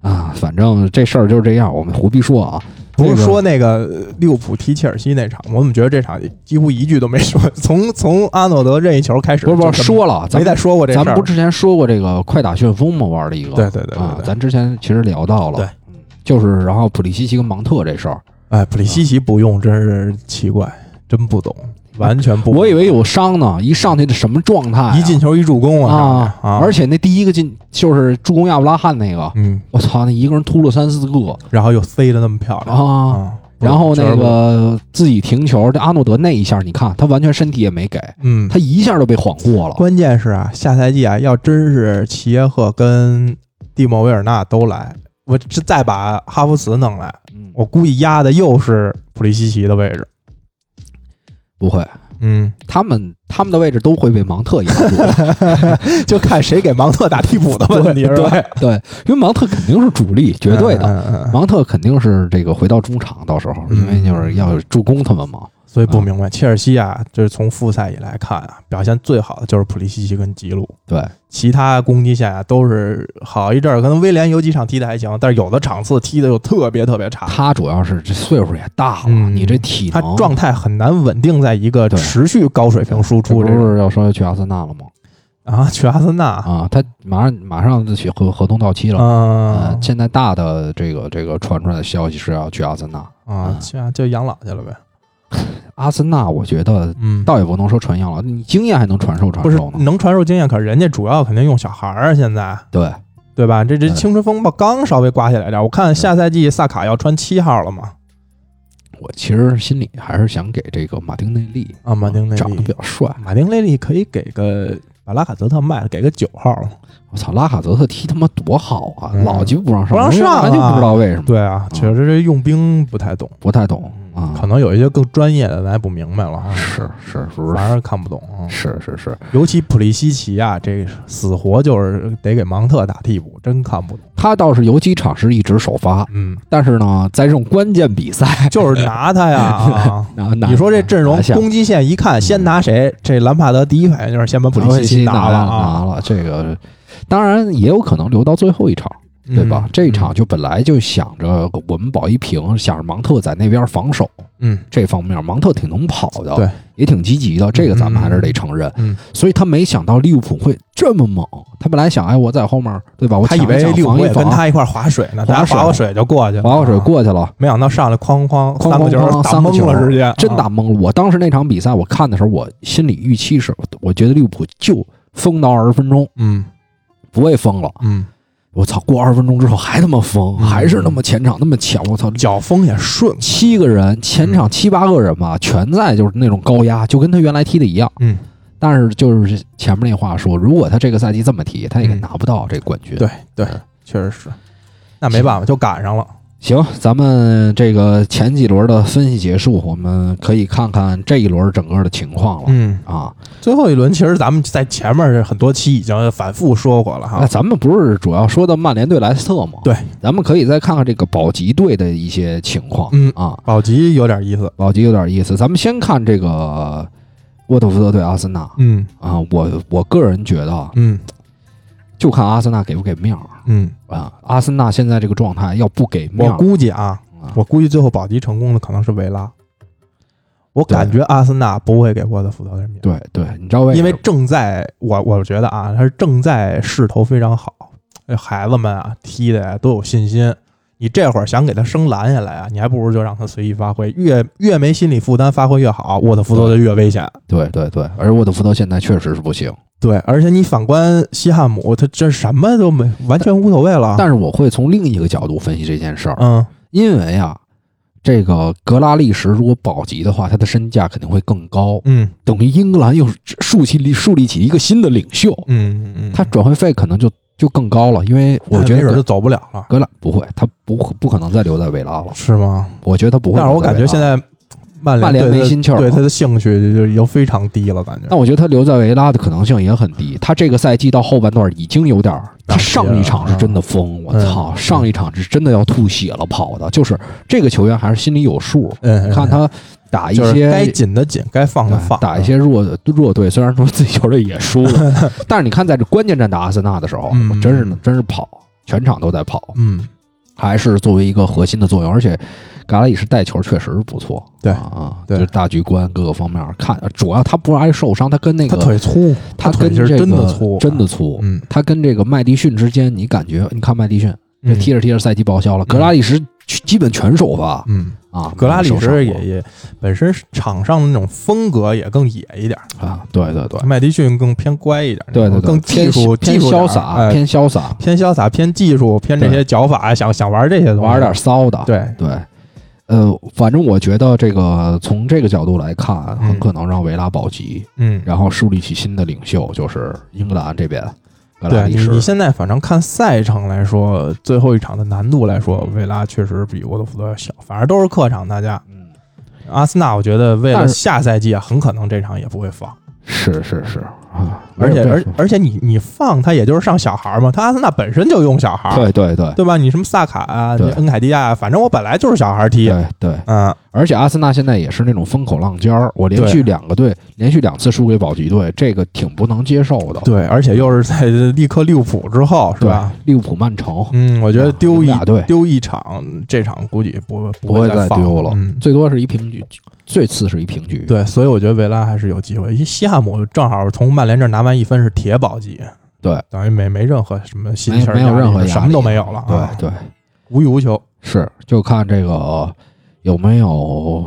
啊！反正这事儿就是这样，我们胡必说啊，不这是个说那个呃利物浦踢切尔西那场，我怎么觉得这场几乎一句都没说？ 从从阿诺德任意球开始不就是根本，不是说了，咱没们再说过这事咱们儿。不之前说过这个快打旋风吗？玩了一个，对对对对啊，对，咱之前其实聊到了，对嗯，就是然后普利西奇跟芒特这事儿，哎，普利西奇不用真是奇怪，真不懂，完全不懂。啊我以为有伤呢，一上去这什么状态啊？一进球一助攻啊啊，啊而且那第一个进就是助攻亚布拉罕那个，嗯，我操，那一个人突了三四个然后又塞的那么漂亮啊！啊然后那，不懂个自己停球，这阿诺德那一下，你看他完全身体也没给，嗯，他一下就被晃过了。关键是啊，下赛季啊，要真是齐耶赫跟蒂莫维尔纳都来，我这再把哈弗茨弄来，嗯我估计压的又是普利西奇的位置。不会，嗯，他们他们的位置都会被芒特压住， 就 看谁给芒特打替补的问题是吧？对对，因为芒特肯定是主力，绝对的。嗯嗯嗯嗯芒特肯定是这个回到中场，到时候因为就是要助攻他们嘛。所以不明白，切尔西啊，就是从复赛以来看啊，表现最好的就是普利西奇跟吉鲁，对，其他攻击线啊都是好一阵儿，可能威廉有几场踢的还行，但是有的场次踢的又特别特别差，他主要是这岁数也大了，嗯你这体他能状态很难稳定在一个对持续高水平输这出不这种是要说去阿森纳了吗？啊， 去阿森纳，啊，他马上马上就去合合同到期了。呃嗯现在大的这个这个传出来的消息是要去阿森纳。啊，去啊就养老去了呗，阿森纳，我觉得嗯，倒也不能说传养了，你经验还能传授传不是授呢。能传授经验，可是人家主要肯定用小孩儿啊，现在对，对吧？这这嗯青春风暴刚稍微刮起来点儿，我看下赛季萨卡要穿七号了嘛，我其实心里还是想给这个马丁内利，啊，马丁内长得比利，较帅。马丁内利可以给个把拉卡泽特卖了，给个九号，我操，拉卡泽特踢他妈多好啊，嗯老就不让上，不让上啊我就不知道为什么，对啊，确实这用兵不太懂不太懂啊嗯可。能有一些更专业的咱也不明白了啊，是是是不是？反而看不懂啊。是是是，尤其普利西奇啊，这死活就是得给芒特打替补，真看不懂。他倒是有几场是一直首发，嗯，但是呢，在这种关键比赛，就是拿他呀。啊拿 拿你说这阵容拿下嗯攻击线一看，先拿谁？这兰帕德第一反应就是先把普拿利西奇拿了啊，拿了这个，当然也有可能留到最后一场，嗯对吧？这一场就本来就想着我们保一平，想着芒特在那边防守嗯这方面，芒特挺能跑的，对，也挺积极的，这个咱们还是得承认。嗯，所以他没想到利物浦会这么猛，他本来想，哎，我在后面，对吧？我他抢以一为抢利物防浦一也跟防，啊他一块儿划水呢，大划家水划划水就过去了，划划水啊，过去了。没想到上来哐哐哐三个哐球哐打三个懵球了，直接真啊打懵了。我当时那场比赛我看的时候，我心里预期是，我觉得利物浦就封到二十分钟嗯不会封了。嗯，我操，过二十分钟之后还他妈封，嗯还是那么前场那么强。我操，脚风也顺，七个人前场七八个人吧，全在就是那种高压，就跟他原来踢的一样。嗯，但是就是前面那话说，如果他这个赛季这么踢，他也拿不到这冠军。嗯对对，确实是，那没办法，就赶上了。行，咱们这个前几轮的分析结束，我们可以看看这一轮整个的情况了、嗯，啊。最后一轮其实咱们在前面很多期已经反复说过了那哈。咱们不是主要说的曼联对莱斯特吗？对，咱们可以再看看这个保级队的一些情况。嗯啊，保级有点意思，保级有点意思。咱们先看这个沃特福德对阿森纳嗯啊，我我个人觉得啊，嗯就看阿森纳给不给面儿嗯，啊。阿森纳现在这个状态，要不给面我儿，估计啊，啊我估计最后保级成功的可能是维拉。我感觉阿森纳不会给沃特福德人面子，对对，啊你知道为什因么为正在我我觉得啊，他是正在势头非常好，那孩子们啊踢的呀都有信心。你这会儿想给他生拦下来啊，你还不如就让他随意发挥，越越没心理负担，发挥越好，沃特福德就越危险。对对对，而沃特福德现在确实是不行，对，而且你反观西汉姆，他这什么都没，完全无所谓了。但是我会从另一个角度分析这件事儿，嗯，因为啊，这个格拉利什如果保级的话，他的身价肯定会更高，嗯等于英格兰又树起树立起一个新的领袖，嗯嗯嗯，他转会费可能就就更高了，因为我觉没准儿就得走不了了，格拉不会，他不不可能再留在维拉了，是吗？我觉得他不会。但是我感觉现，在曼曼联联对没他心气儿对了他的兴趣就已经非常低了，感觉。但我觉得他留在维拉的可能性也很低。他这个赛季到后半段已经有点儿，他上一场是真嗯的疯，我操，上一场是真的要吐血了，跑的就是这个球员还是心里有数，嗯，嗯看他打一就是些该紧的紧，该放的对放，嗯打一些弱的弱队，虽然说自己球队也输 了，但是你看在这关键战打阿森纳的时候，嗯真是真是跑，全场都在跑，嗯，还是作为一个核心的作用，而且嘎拉里是带球确实不错，对啊，对就是大局观各个方面看，主要他不是爱受伤，他跟那他个腿粗，他腿跟其实这个真的粗，真的粗，嗯，他跟这个麦迪逊之间，你感觉你看麦迪逊这嗯踢着踢着赛季报销了，格拉利什基本全首发嗯，啊，格拉里没受伤什也过也本身场上的那种风格也更野一点儿，啊，对对对。麦迪逊更偏乖一点儿，对对对，更技术偏技术点儿潇洒，哎偏潇洒，偏潇洒，偏技术，偏这对些脚法，想想玩这些东西，玩点骚的。对，对，呃，反正我觉得这个从这个角度来看，嗯很可能让维拉保级，嗯，然后树立起新的领袖，就是英格兰这边格拉对利你，你什。现在反正看赛程来说，最后一场的难度来说，维拉确实比沃特福德要小，反正都是客场，大家。嗯，阿森纳，我觉得为了但是下赛季啊，很可能这场也不会放，是是是啊，而且没有而而且你你放他也就是上小孩嘛，他阿森纳本身就用小孩，对对对啊对吧？你什么萨卡啊，你对恩凯迪亚啊，反正我本来就是小孩踢，对对，嗯，而且阿森纳现在也是那种风口浪尖儿，我连对续两个队连续两次输给保级队，这个挺不能接受的。对，而且又是在力克利物浦之后，是对吧？，利物浦、曼城嗯，我觉得丢一啊对丢一场，这场估计不不会再再放丢了嗯，最多是一平局，最次是一平局。对，所以我觉得维拉还是有机会。因为西汉姆正好从曼联这儿拿完一分是铁保级，对，等于没没任何什么心没情儿没压力，有任何压力什么都没有了、啊，对对，无欲无求。是，就看这个有没有，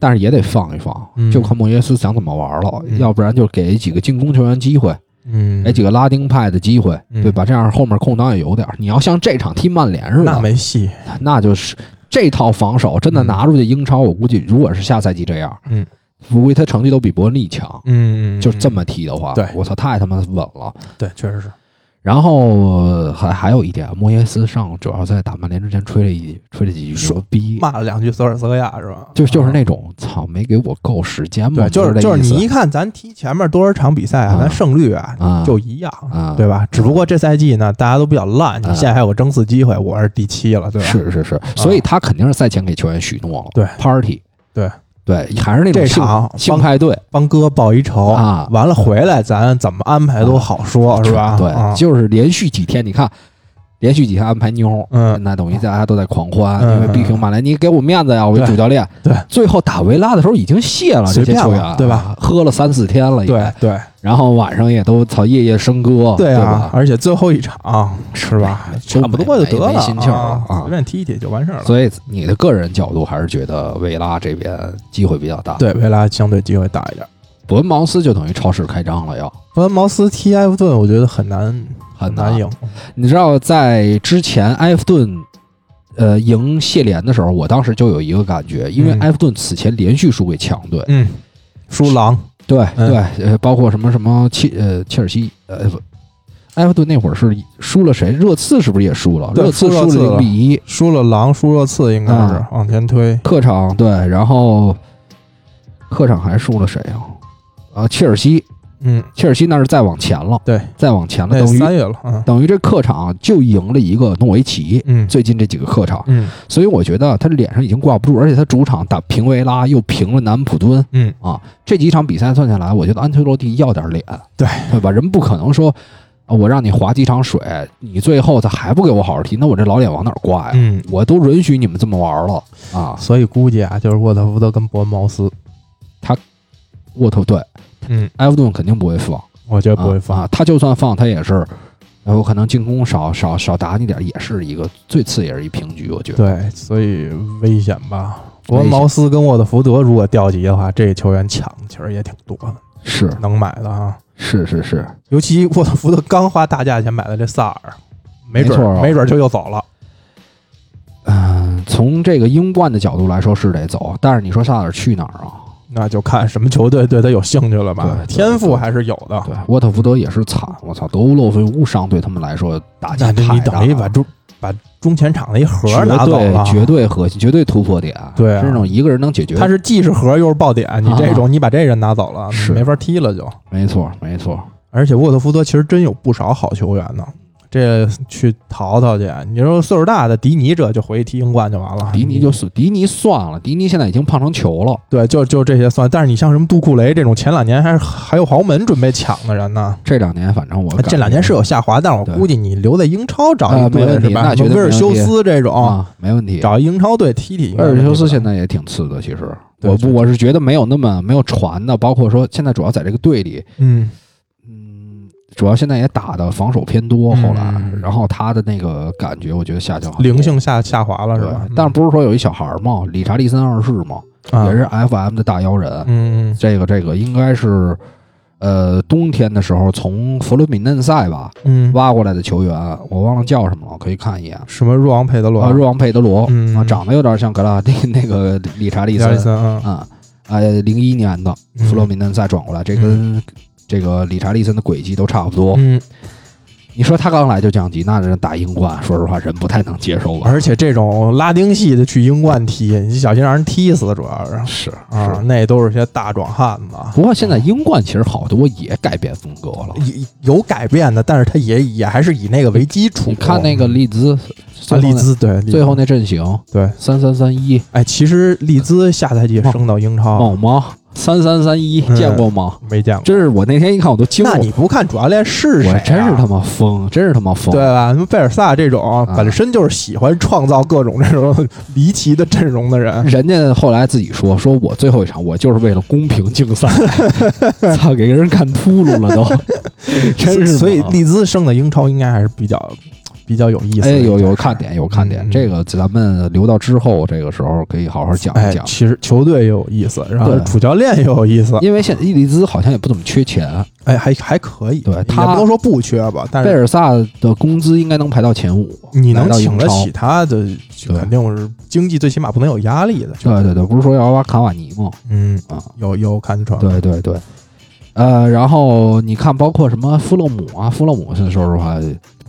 但是也得放一放，嗯就看莫耶斯想怎么玩了，嗯要不然就给几个进攻球员机会，嗯，给几哎个拉丁派的机会，嗯对吧？这样后面空档也有点儿。你要像这场踢曼联似的，那没戏。那就是这套防守真的嗯拿出去英超，我估计如果是下赛季这样，嗯，我估计他成绩都比伯恩利强。嗯，就这么踢的话，对我操，太他妈稳了。对，确实是。然后呃还还有一点，莫耶斯上主要在打曼联之前吹了一吹了几句牛逼，骂了两句索尔斯克亚是吧？就就是啊。那种操，没给我够时间嘛，对，就是这就是你意一思看咱踢前面多少场比赛啊，啊咱胜率啊啊就一样，啊，对吧？只不过这赛季呢，大家都比较烂，你啊现在还有争四机会，我是第七了，对吧？，啊是是是，所以他肯定是赛前给球员许诺了，对，party，对对，还是那种这性场性帮派对，帮哥报一仇啊完了回来咱怎么安排都好说，是吧？啊对，就是连续几天，你看。连续几天安排妞，嗯那等于大家都在狂欢，嗯因为毕竟曼联，你给我面子呀，我对是主教练。对最后打维拉的时候已经卸了这随些便球了员，对吧？喝了三四天了，对，对然后晚上也都操夜夜笙歌，哦对啊，吧？哎而且最后一场是吧？都差不多就得没了，没心气儿了啊啊随便踢一踢就完事儿了。所以你的个人角度还是觉得维拉这边机会比较大。，对，维拉相对机会大一点。伯恩茅斯就等于超市开张了要。伯恩茅斯踢埃弗顿，我觉得很难很难难赢。你知道在之前埃弗顿，呃，赢谢联的时候，我当时就有一个感觉，因为嗯埃弗顿此前连续输给强队，嗯，输狼，对嗯对，呃，包括什么什么切呃切尔西呃不。埃弗顿那会儿是输了谁？热刺是不是也输了？对热刺输热输刺了零了比一，输了狼，输热刺，应该是啊往前推。客场对，然后客场还输了谁呀、啊？切尔西，嗯，切尔西那是再往前了，对，再往前了，那等于三月了，嗯等于这客场就赢了一个诺维奇。嗯最近这几个客场，嗯所以我觉得他脸上已经挂不住，而且他主场打平维拉，又平了南普敦嗯，啊，这几场比赛算下来，我觉得安切洛蒂要点脸，对对吧？人不可能说。啊我让你划几场水，你最后他还不给我好好踢，那我这老脸往哪儿挂呀？嗯我都允许你们这么玩了啊！所以估计啊，就是沃特福德跟伯恩茅斯他沃特对嗯，埃弗顿肯定不会放，我觉得不会啊放。啊他就算放，他也是，呃我可能进攻少少少打你点儿，也是一个最次也是一平局，我觉得。对，所以危险吧。危我险茅斯跟沃特福德如果调集的话，这球员抢其实也挺多的，是能买的哈。是是是，尤其沃特福德刚花大价钱买的这萨尔，没准没错儿啊没准儿就又走了。嗯、从这个英冠的角度来说是得走，但是你说萨尔去哪儿啊？那就看什么球队对他有兴趣了对吧对？天赋还是有的。对，沃特福德也是惨，我操，德乌洛夫乌伤对他们来说打击那太这大了。你等于把中把中前场的一盒绝拿走了对，绝对核心，绝对突破点，对啊是那种一个人能解决。他是既是盒又是爆点，你这种你把这人拿走了，是没法踢了就。没错，没错，而且沃特福德其实真有不少好球员呢。这去淘淘去，你说岁数大的迪尼这就回去踢英冠就完了。迪尼就是迪尼算了，迪尼现在已经胖成球了。对，就就这些算。但是你像什么杜库雷这种前两年还是还有豪门准备抢的人呢，这两年反正我感觉啊这两年是有下滑，但是我对估计你留在英超找一呃队、没问是题吧？那什绝么对威尔修斯这种，啊，没问题。找英超队踢踢。威尔修斯现在也挺次的，其实对我对不我是觉得没有那么没有传的，包括说现在主要在这个队里，嗯，嗯，主要现在也打的防守偏多，嗯后来，然后他的那个感觉，我觉得下降很多灵性下下滑了对是吧？嗯，但是不是说有一小孩儿嘛，理查利森二世嘛，啊也是 FM 的大妖人，嗯嗯这个这个应该是呃冬天的时候从佛罗米嫩塞吧嗯，挖过来的球员，我忘了叫什么了，可以看一眼。什么若昂佩德罗啊，若昂佩德罗、嗯啊，长得有点像格拉蒂 那个理查利亚森历森啊，啊，呃，零一年的嗯弗洛米嫩再转过来，这跟这个理查利森的轨迹都差不多。嗯，你说他刚来就降级，那人打英冠，说实话人不太能接受吧？而且这种拉丁系的去英冠踢，你小心让人踢死，主要是是啊，那都是些大壮汉子。不过现在英冠其实好多也改变风格了。嗯有有改变的，但是他也也还是以那个为基础。嗯你看那个利兹，啊最后利那兹，对最后那那阵型对，三三三一，哎，其实利兹下赛季升到英超猛吗？三三三一哦嗯见过吗？没见过，真是我那天一看我都惊了那，你不看主教练是谁我啊？真是他妈啊疯，真是他妈疯。对吧？贝尔萨这种本身就是喜欢创造各种这种 离奇的阵容的 人，人家后来自己说，说我最后一场我就是为了公平竞 赛，操，给人看秃噜了都，真是。所以利兹升到英超应该还是比较比较有意思哎，的一件事。有有看点，有看点，嗯这个咱们留到之后，这个时候可以好好讲一哎啊讲，，其实球队也有意思，然后对主教练也有意思，因为现在伊利兹好像也不怎么缺钱，哎，还还可以，对也他不能说不缺吧，但贝是尔萨的工资应该能排到前五，你来能到请英得超起他的，就对肯定是经济最起码不能有压力的。就对对对，不是说要挖卡瓦尼吗？嗯啊，有有看穿，对对对，呃，然后你看，包括什么弗洛姆啊，弗洛姆，说实话，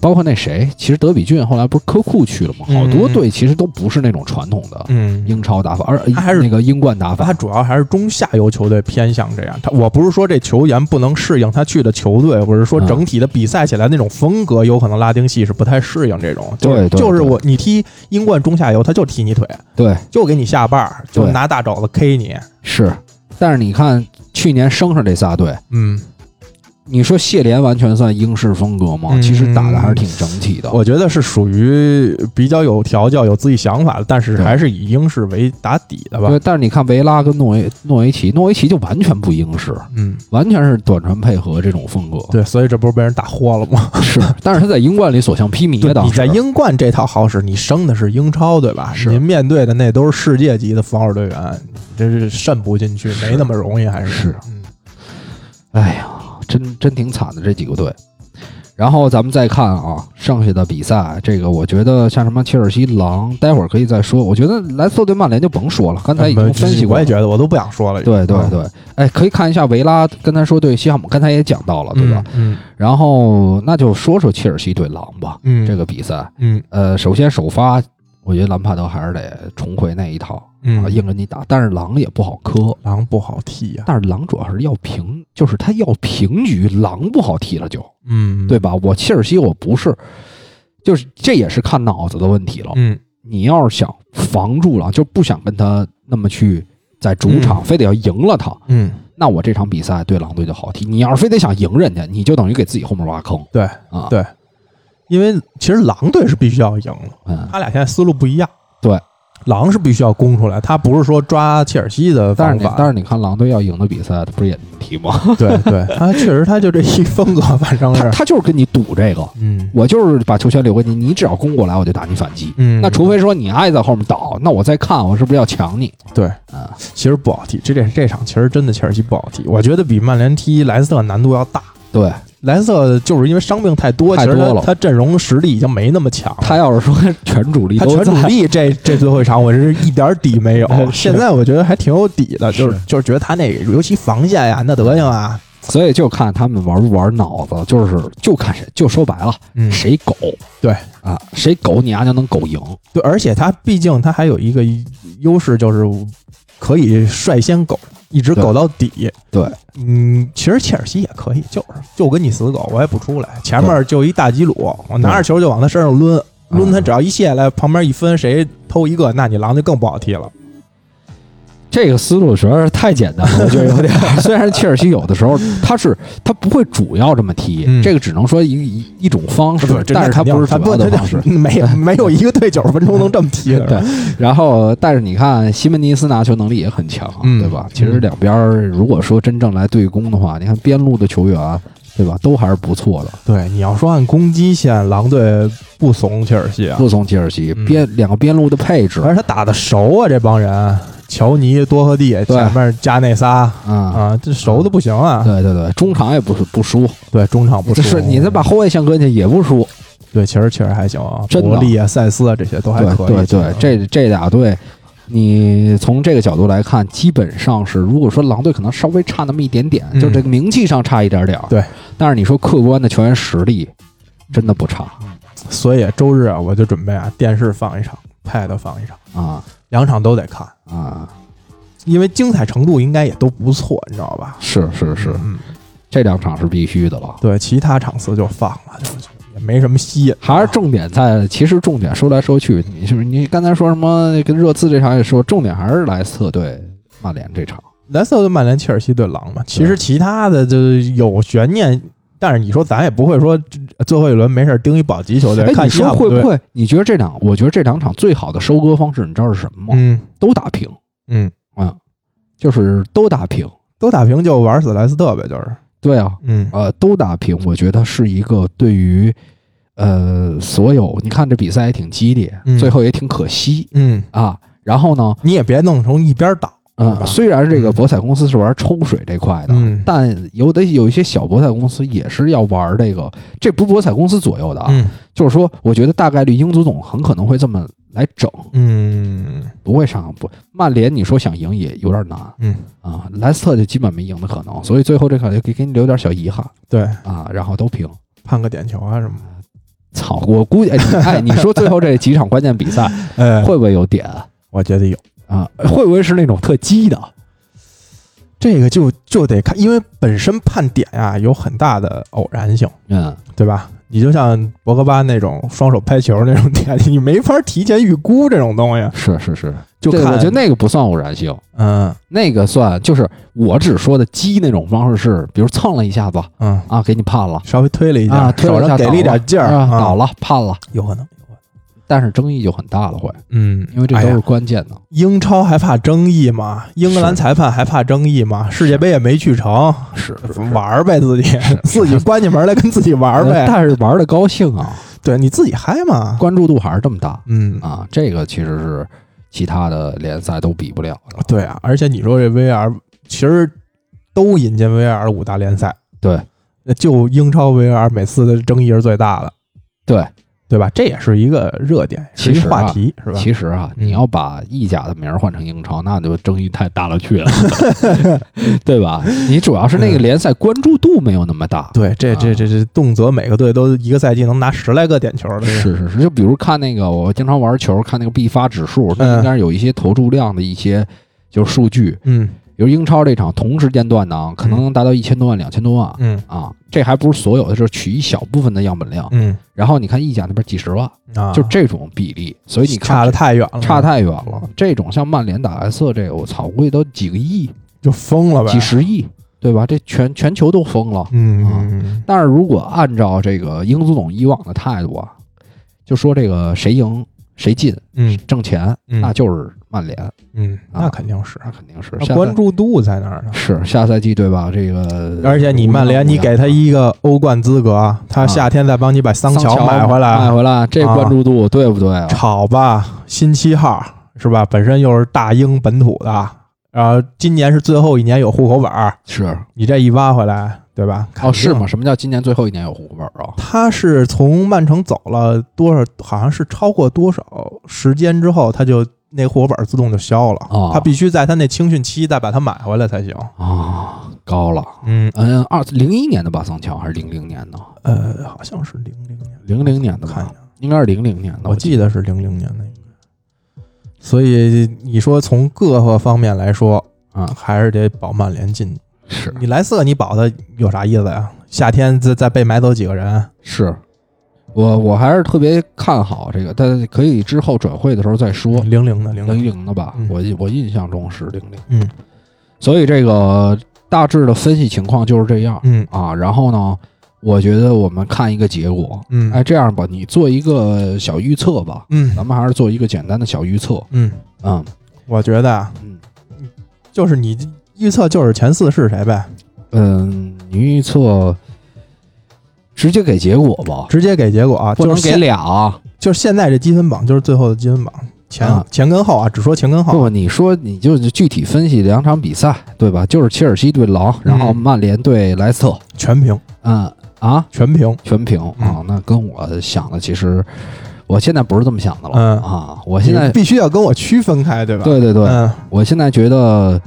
包括那谁，其实德比郡后来不是科库去了吗？好多嗯队其实都不是那种传统的嗯。英超打法，而呃他还是那个英冠打他法。主要还是中下游球队偏向这样。他我不是说这球员不能适应他去的球队，我是说嗯整体的比赛起来那种风格，有可能拉丁系是不太适应这种。就是对对就是对我你踢英冠中下游，他就踢你腿，对，就给你下绊儿，就对拿大肘子 K 你。是。但是你看去年升上这仨队，嗯，你说谢联完全算英式风格吗？嗯其实打的还是挺整体的。我觉得是属于比较有调教、有自己想法的，但是对还是以英式为打底的吧对，。但是你看维拉跟诺维诺维奇，诺维奇就完全不英式，嗯，完全是短传配合这种风格。对，所以这不是被人打豁了吗？是，但是他在英冠里所向披靡对的，当时你在英冠这套好使，你升的是英超，对吧？是您面对的那都是世界级的防守队员，你这是渗不进去，是没那么容易，还是嗯哎呀，真真挺惨的这几个队。然后咱们再看啊，剩下的比赛，这个我觉得像什么切尔西、狼，待会儿可以再说。我觉得莱斯特对曼联就甭说了，刚才已呃经分析过嗯我了。也觉得，我都不想说了。对对嗯，对，哎，可以看一下维拉刚才说对西汉姆，刚才也讲到了，对吧？嗯？然后那就说说切尔西对狼吧，嗯嗯，这个比赛，嗯呃，首先首发，我觉得兰帕德还是得重回那一套啊，嗯，硬跟你打，但是狼也不好磕。狼不好踢呀。但是狼主要是要平，就是他要平局，狼不好踢了就。嗯，对，吧？我切尔西我不是，就是这也是看脑子的问题了。嗯，你要是想防住了，就不想跟他那么去在主场、嗯非得要赢了他，嗯，那我这场比赛对狼队就好踢。你要是非得想赢人家，你就等于给自己后面挖坑。对啊，对因为其实狼队是必须要赢了。嗯，他俩现在思路不一样。对，狼是必须要攻出来，他不是说抓切尔西的但是方你法。但是你看狼队要赢的比赛，他不是也提吗？ 对对，他确实他就这一风格，反正他是，他就是跟你赌这个，嗯我就是把球权留给你，你只要攻过来，我就打你反击。嗯，那除非说你爱在后面倒，那我再看我是不是要抢你？对啊，其实不好踢，这这这场其实真的切尔西不好踢，我觉得比曼联踢莱斯特难度要大。对莱斯特就是因为伤病太多，太多其实了他他阵容实力已经没那么强了。他要是说 全主力他都全在主，力这这最后一场，我真是一点底没有。 是现在我觉得还挺有底的，就是是就是觉得他那个，尤其防线呀，那德行啊，所以就看他们玩不玩脑子，就是就看谁，就说白了，嗯谁狗对啊，谁狗你丫就能狗赢。对，而且他毕竟他还有一个优势，就是可以率先狗，一直狗到底。对，嗯，其实切尔西也可以，就是就跟你死狗，我也不出来，前面就一大基鲁，我拿着球就往他身上抡，嗯抡他只要一卸下来，旁边一分，谁偷一个，那你狼就更不好踢了。这个思路实在是太简单 了，我觉得有点儿。虽然切尔西有的时候他是他不会主要这么踢，嗯这个只能说一一一种方式不是，，这但是他肯定不是他主要的他方 式。没没有一个队九十分钟能这么踢的。对，然后但是你看，西门尼斯拿球能力也很强啊，嗯对吧？其实嗯两边儿如果说真正来对攻的话，你看边路的球员，啊对吧，都还是不错的。对，你要说按攻击线，狼队不怂切尔西啊，不松切尔西嗯边两个边路的配置而且他打的熟啊，这帮人，乔尼、多赫蒂前面加那仨啊，啊，这熟的不行啊。对对对，中场也不是不输，对，中场不这输。是你再把后卫先搁进去也不输，对，其实确实还行啊，真的伯利啊、塞斯啊这些都还对可以。啊对其对实，这这俩队，你从这个角度来看，基本上是，如果说狼队可能稍微差那么一点点，嗯就这个名气上差一点点儿对，但是你说客观的球员实力，真的不差所以周日啊，我就准备啊，电视放一场，pad 放一场，啊两场都得看，啊！因为精彩程度应该也都不错，你知道吧？是是是，嗯，这两场是必须的了。对，其他场次就放了，就也没什么吸引。还是重点在，其实重点说来说去，你是不是你刚才说什么跟热刺这场也说，重点还是莱斯特对曼联这场。莱斯特对曼联、切尔西对狼嘛，其对实其他的就有悬念，但是你说咱也不会说最后一轮没事儿盯一保级球队，哎，看你一说下会不？会？你觉得这两？我觉得这两场最好的收割方式，你知道是什么吗？嗯都打平。啊嗯，就是都打平。都打平就玩死莱斯特呗，就是对啊，嗯呃，都打平，我觉得是一个对于呃所有，你看这比赛也挺激烈，嗯最后也挺可惜嗯，啊。然后呢，你也别弄成一边倒，呃，虽然这个博彩公司是玩抽水这块的，嗯但有的有一些小博彩公司也是要玩这个，这不是博彩公司左右的啊，嗯就是说，我觉得大概率英足总很可能会这么来整，嗯不会上不曼联，你说想赢也有点难嗯，啊，莱斯特就基本没赢的可能，所以最后这场就给给你留点小遗憾。对，啊，然后都平。判个点球啊什么的，操，我估计哎你，哎，你说最后这几场关键比 赛呃，会不会有点我觉得有啊？会不会是那种特激的？这个就就得看，因为本身判点啊有很大的偶然性，嗯，对吧？你就像博格巴那种双手拍球那种点，你没法提前预估这种东西，是是是，就对看我觉得那个不算偶然性，嗯那个算就是我只说的激那种方式是，比如蹭了一下子嗯，啊，给你判了稍微推了一啊，下，推手了一下上给倒力点劲儿，啊啊倒，了判了，有可能，有可能。但是争议就很大了会，嗯，因为这哎都呀是关键的。英超还怕争议吗？英格兰裁判还怕争议吗？世界杯也没去成，是玩儿呗自己， 自己关起门来跟自己玩儿呃呗。但是玩的高兴啊，对，你自己嗨嘛。关注度还是这么大嗯，啊，这个其实是其他的联赛都比不了的。对啊，而且你说这 VR 其实都引进 VR 五大联赛，对那就英超 VR 每次的争议是最大的，对，对吧？这也是一个热点，是其一实啊话题，是吧？其实啊，嗯你要把意甲的名儿换成英超，那 就争议太大了去了， 对吧？你主要是那个联赛关注度没有那么大。对，这这这这，动辄每个队都一个赛季能拿十来个点球的，是是是，就比如看那个，我经常玩球，看那个必发指数，那嗯应该是有一些投注量的一些就是数据，嗯比如英超这场同时间段呢，可能能达到一千多万、两千多万嗯啊，这还不是所有的，就是取一小部分的样本量。嗯然后你看意甲那边几十万，啊，就这种比例，所以你差嗯看的太远了，差太远了。这种像曼联打 S 这个，我操，估计都几个亿。就疯了呗，几十亿，对吧？这全全球都疯了。嗯，嗯但是啊如果按照这个英足总以往的态度啊，就说这个谁赢谁进嗯挣钱，嗯那就是曼联，嗯，那肯定是那肯定是那下赛关注度在那儿呢。是下赛季对吧？这个，而且你曼联，你给他一个欧冠资格，他夏天再帮你把桑乔买回买来，啊回来，这关注度对不对啊？炒吧，新七号是吧？本身又是大英本土的，然后今年是最后一年有户口本儿，是你这一挖回来，对吧？哦，肯定是吗？？什么叫今年最后一年有户口本啊？他是从曼城走了多少？好像是超过多少时间之后，他就那户口本儿自动就消了。哦他必须在他那青训期再把它买回来才行。啊，高了，嗯，嗯，二零一年的吧，桑乔还是零零年的？呃，好像是零零年，零零年的看一吧下，，应该是零零年的。我记得是零零年那个。所以你说从各个方面来说，啊还是得保曼联进去。是你莱斯特你保他有啥意思呀？夏天再再被买走几个人？是，我我还是特别看好这个，但可以之后转会的时候再说。零零的零零零，零的吧，嗯我印我印象中是零零。嗯所以这个大致的分析情况就是这样嗯啊。然后呢，我觉得我们看一个结果。嗯，哎，这样吧，你做一个小预测吧，嗯咱们还是做一个简单的小预测。嗯，嗯我觉得啊，嗯就是你预测就是前四是谁呗，嗯，你预测直接给结果吧，直接给结果啊，不就能是给现俩啊。就是现在这积分榜就是最后的积分榜，前、啊前跟后啊，只说前跟后，不，你说你就具体分析两场比赛，对吧？就是切尔西对狼，然后嗯曼联对莱斯特。全平嗯啊，全平，全平嗯啊，那跟我想的其实，我现在不是这么想的了、嗯啊，我现在你必须要跟我区分开，对吧？对对对，嗯我现在觉得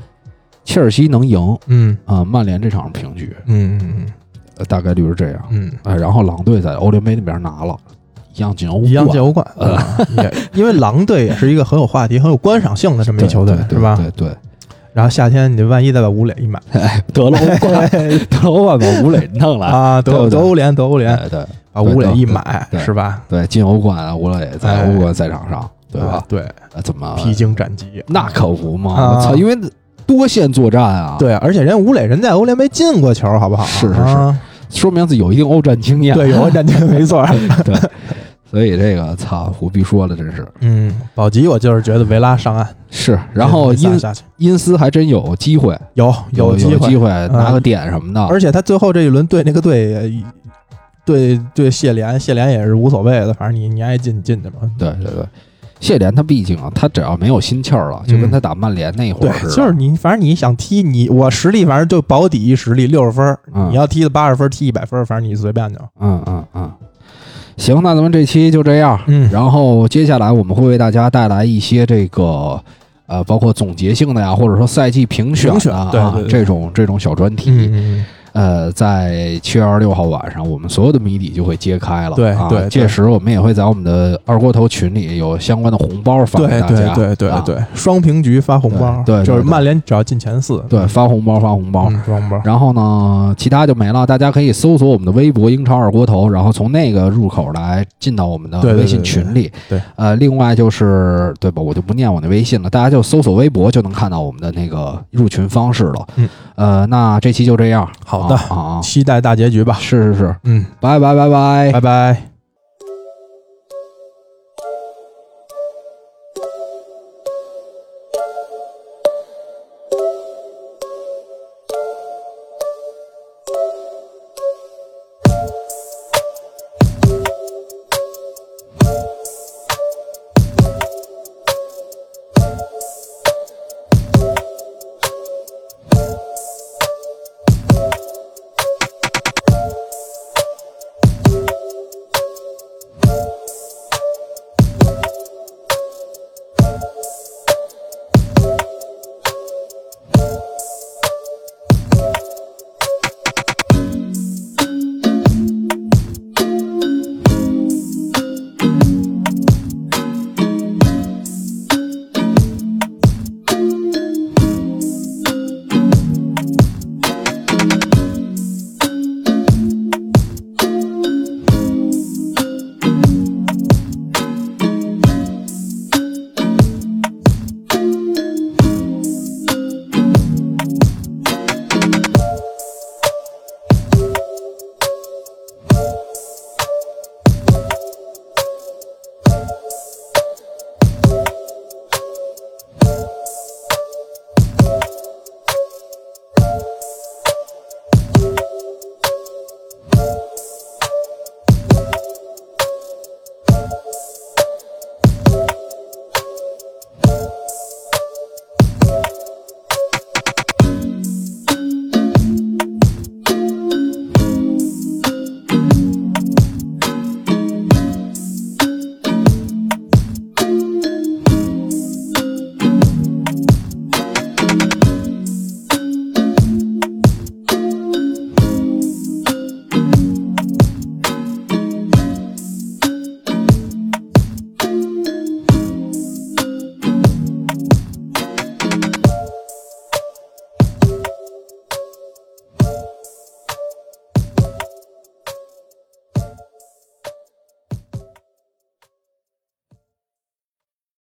切尔西能赢嗯啊，曼联这场是平局，嗯嗯呃大概率是这样。嗯哎，然后狼队在欧联杯那边拿了，一样进欧嗯，一样进冠欧冠，啊也因为狼队也是一个很有话题、很有观赏性的这么一对球队对，对是吧？对对，然后夏天你万一再把吴磊一买得了欧冠，得了欧冠把吴磊弄来，啊，德对对德欧联，德欧联对对把对吴磊对一买对是吧？对，进欧冠啊，吴磊在哎欧冠赛场上，对吧啊？？对，呃怎么披荆斩棘，那可不嘛！啊我操，因为多线作战啊，对，而且人吴磊人在欧联杯进过球，好不好？是是是啊说明自己有一定欧战经验。 对，有过战绩，没错。嗯所以这个操，胡必说了，真是嗯，保级我就是觉得维拉上岸，是。然后因因下去因斯还真有机会，有有机机会拿个嗯点什么的。而且他最后这一轮对那个队也对对谢莲，谢莲也是无所谓的，反正你你爱进你进去嘛。对对对，谢莲他毕竟啊，他只要没有心气儿了，就跟他打曼联那会嗯对儿似，的，就是你，反正你想踢你，我实力反正就保底一实力六十分儿，嗯你要踢的八十分儿，踢一百分儿，反正你随便就。嗯嗯嗯。行，那咱们这期就这样。嗯然后接下来我们会为大家带来一些这个。呃，包括总结性的呀，或者说赛季评选评选的啊，对对对这种这种小专题，嗯呃，在七月二十六号晚上，我们所有的谜底就会揭开了。对啊、对对届时我们也会在我们的二锅头群里有相关的红包发对给大对家。对对啊、对，双平局发红包，对对对就是对曼联只要进前四，对发红包发红包。嗯，双红包。然后呢，其他就没了。大家可以搜索我们的微博“英超二锅头”，然后从那个入口来进到我们的对对对微信群里。对对对呃，另外就是对吧？我就不念我那微信了，大家就搜索微博就能看到我们的那个入群方式了。嗯，呃，那这期就这样。好的啊啊啊期待大结局吧。是是是，嗯，拜拜拜拜拜拜。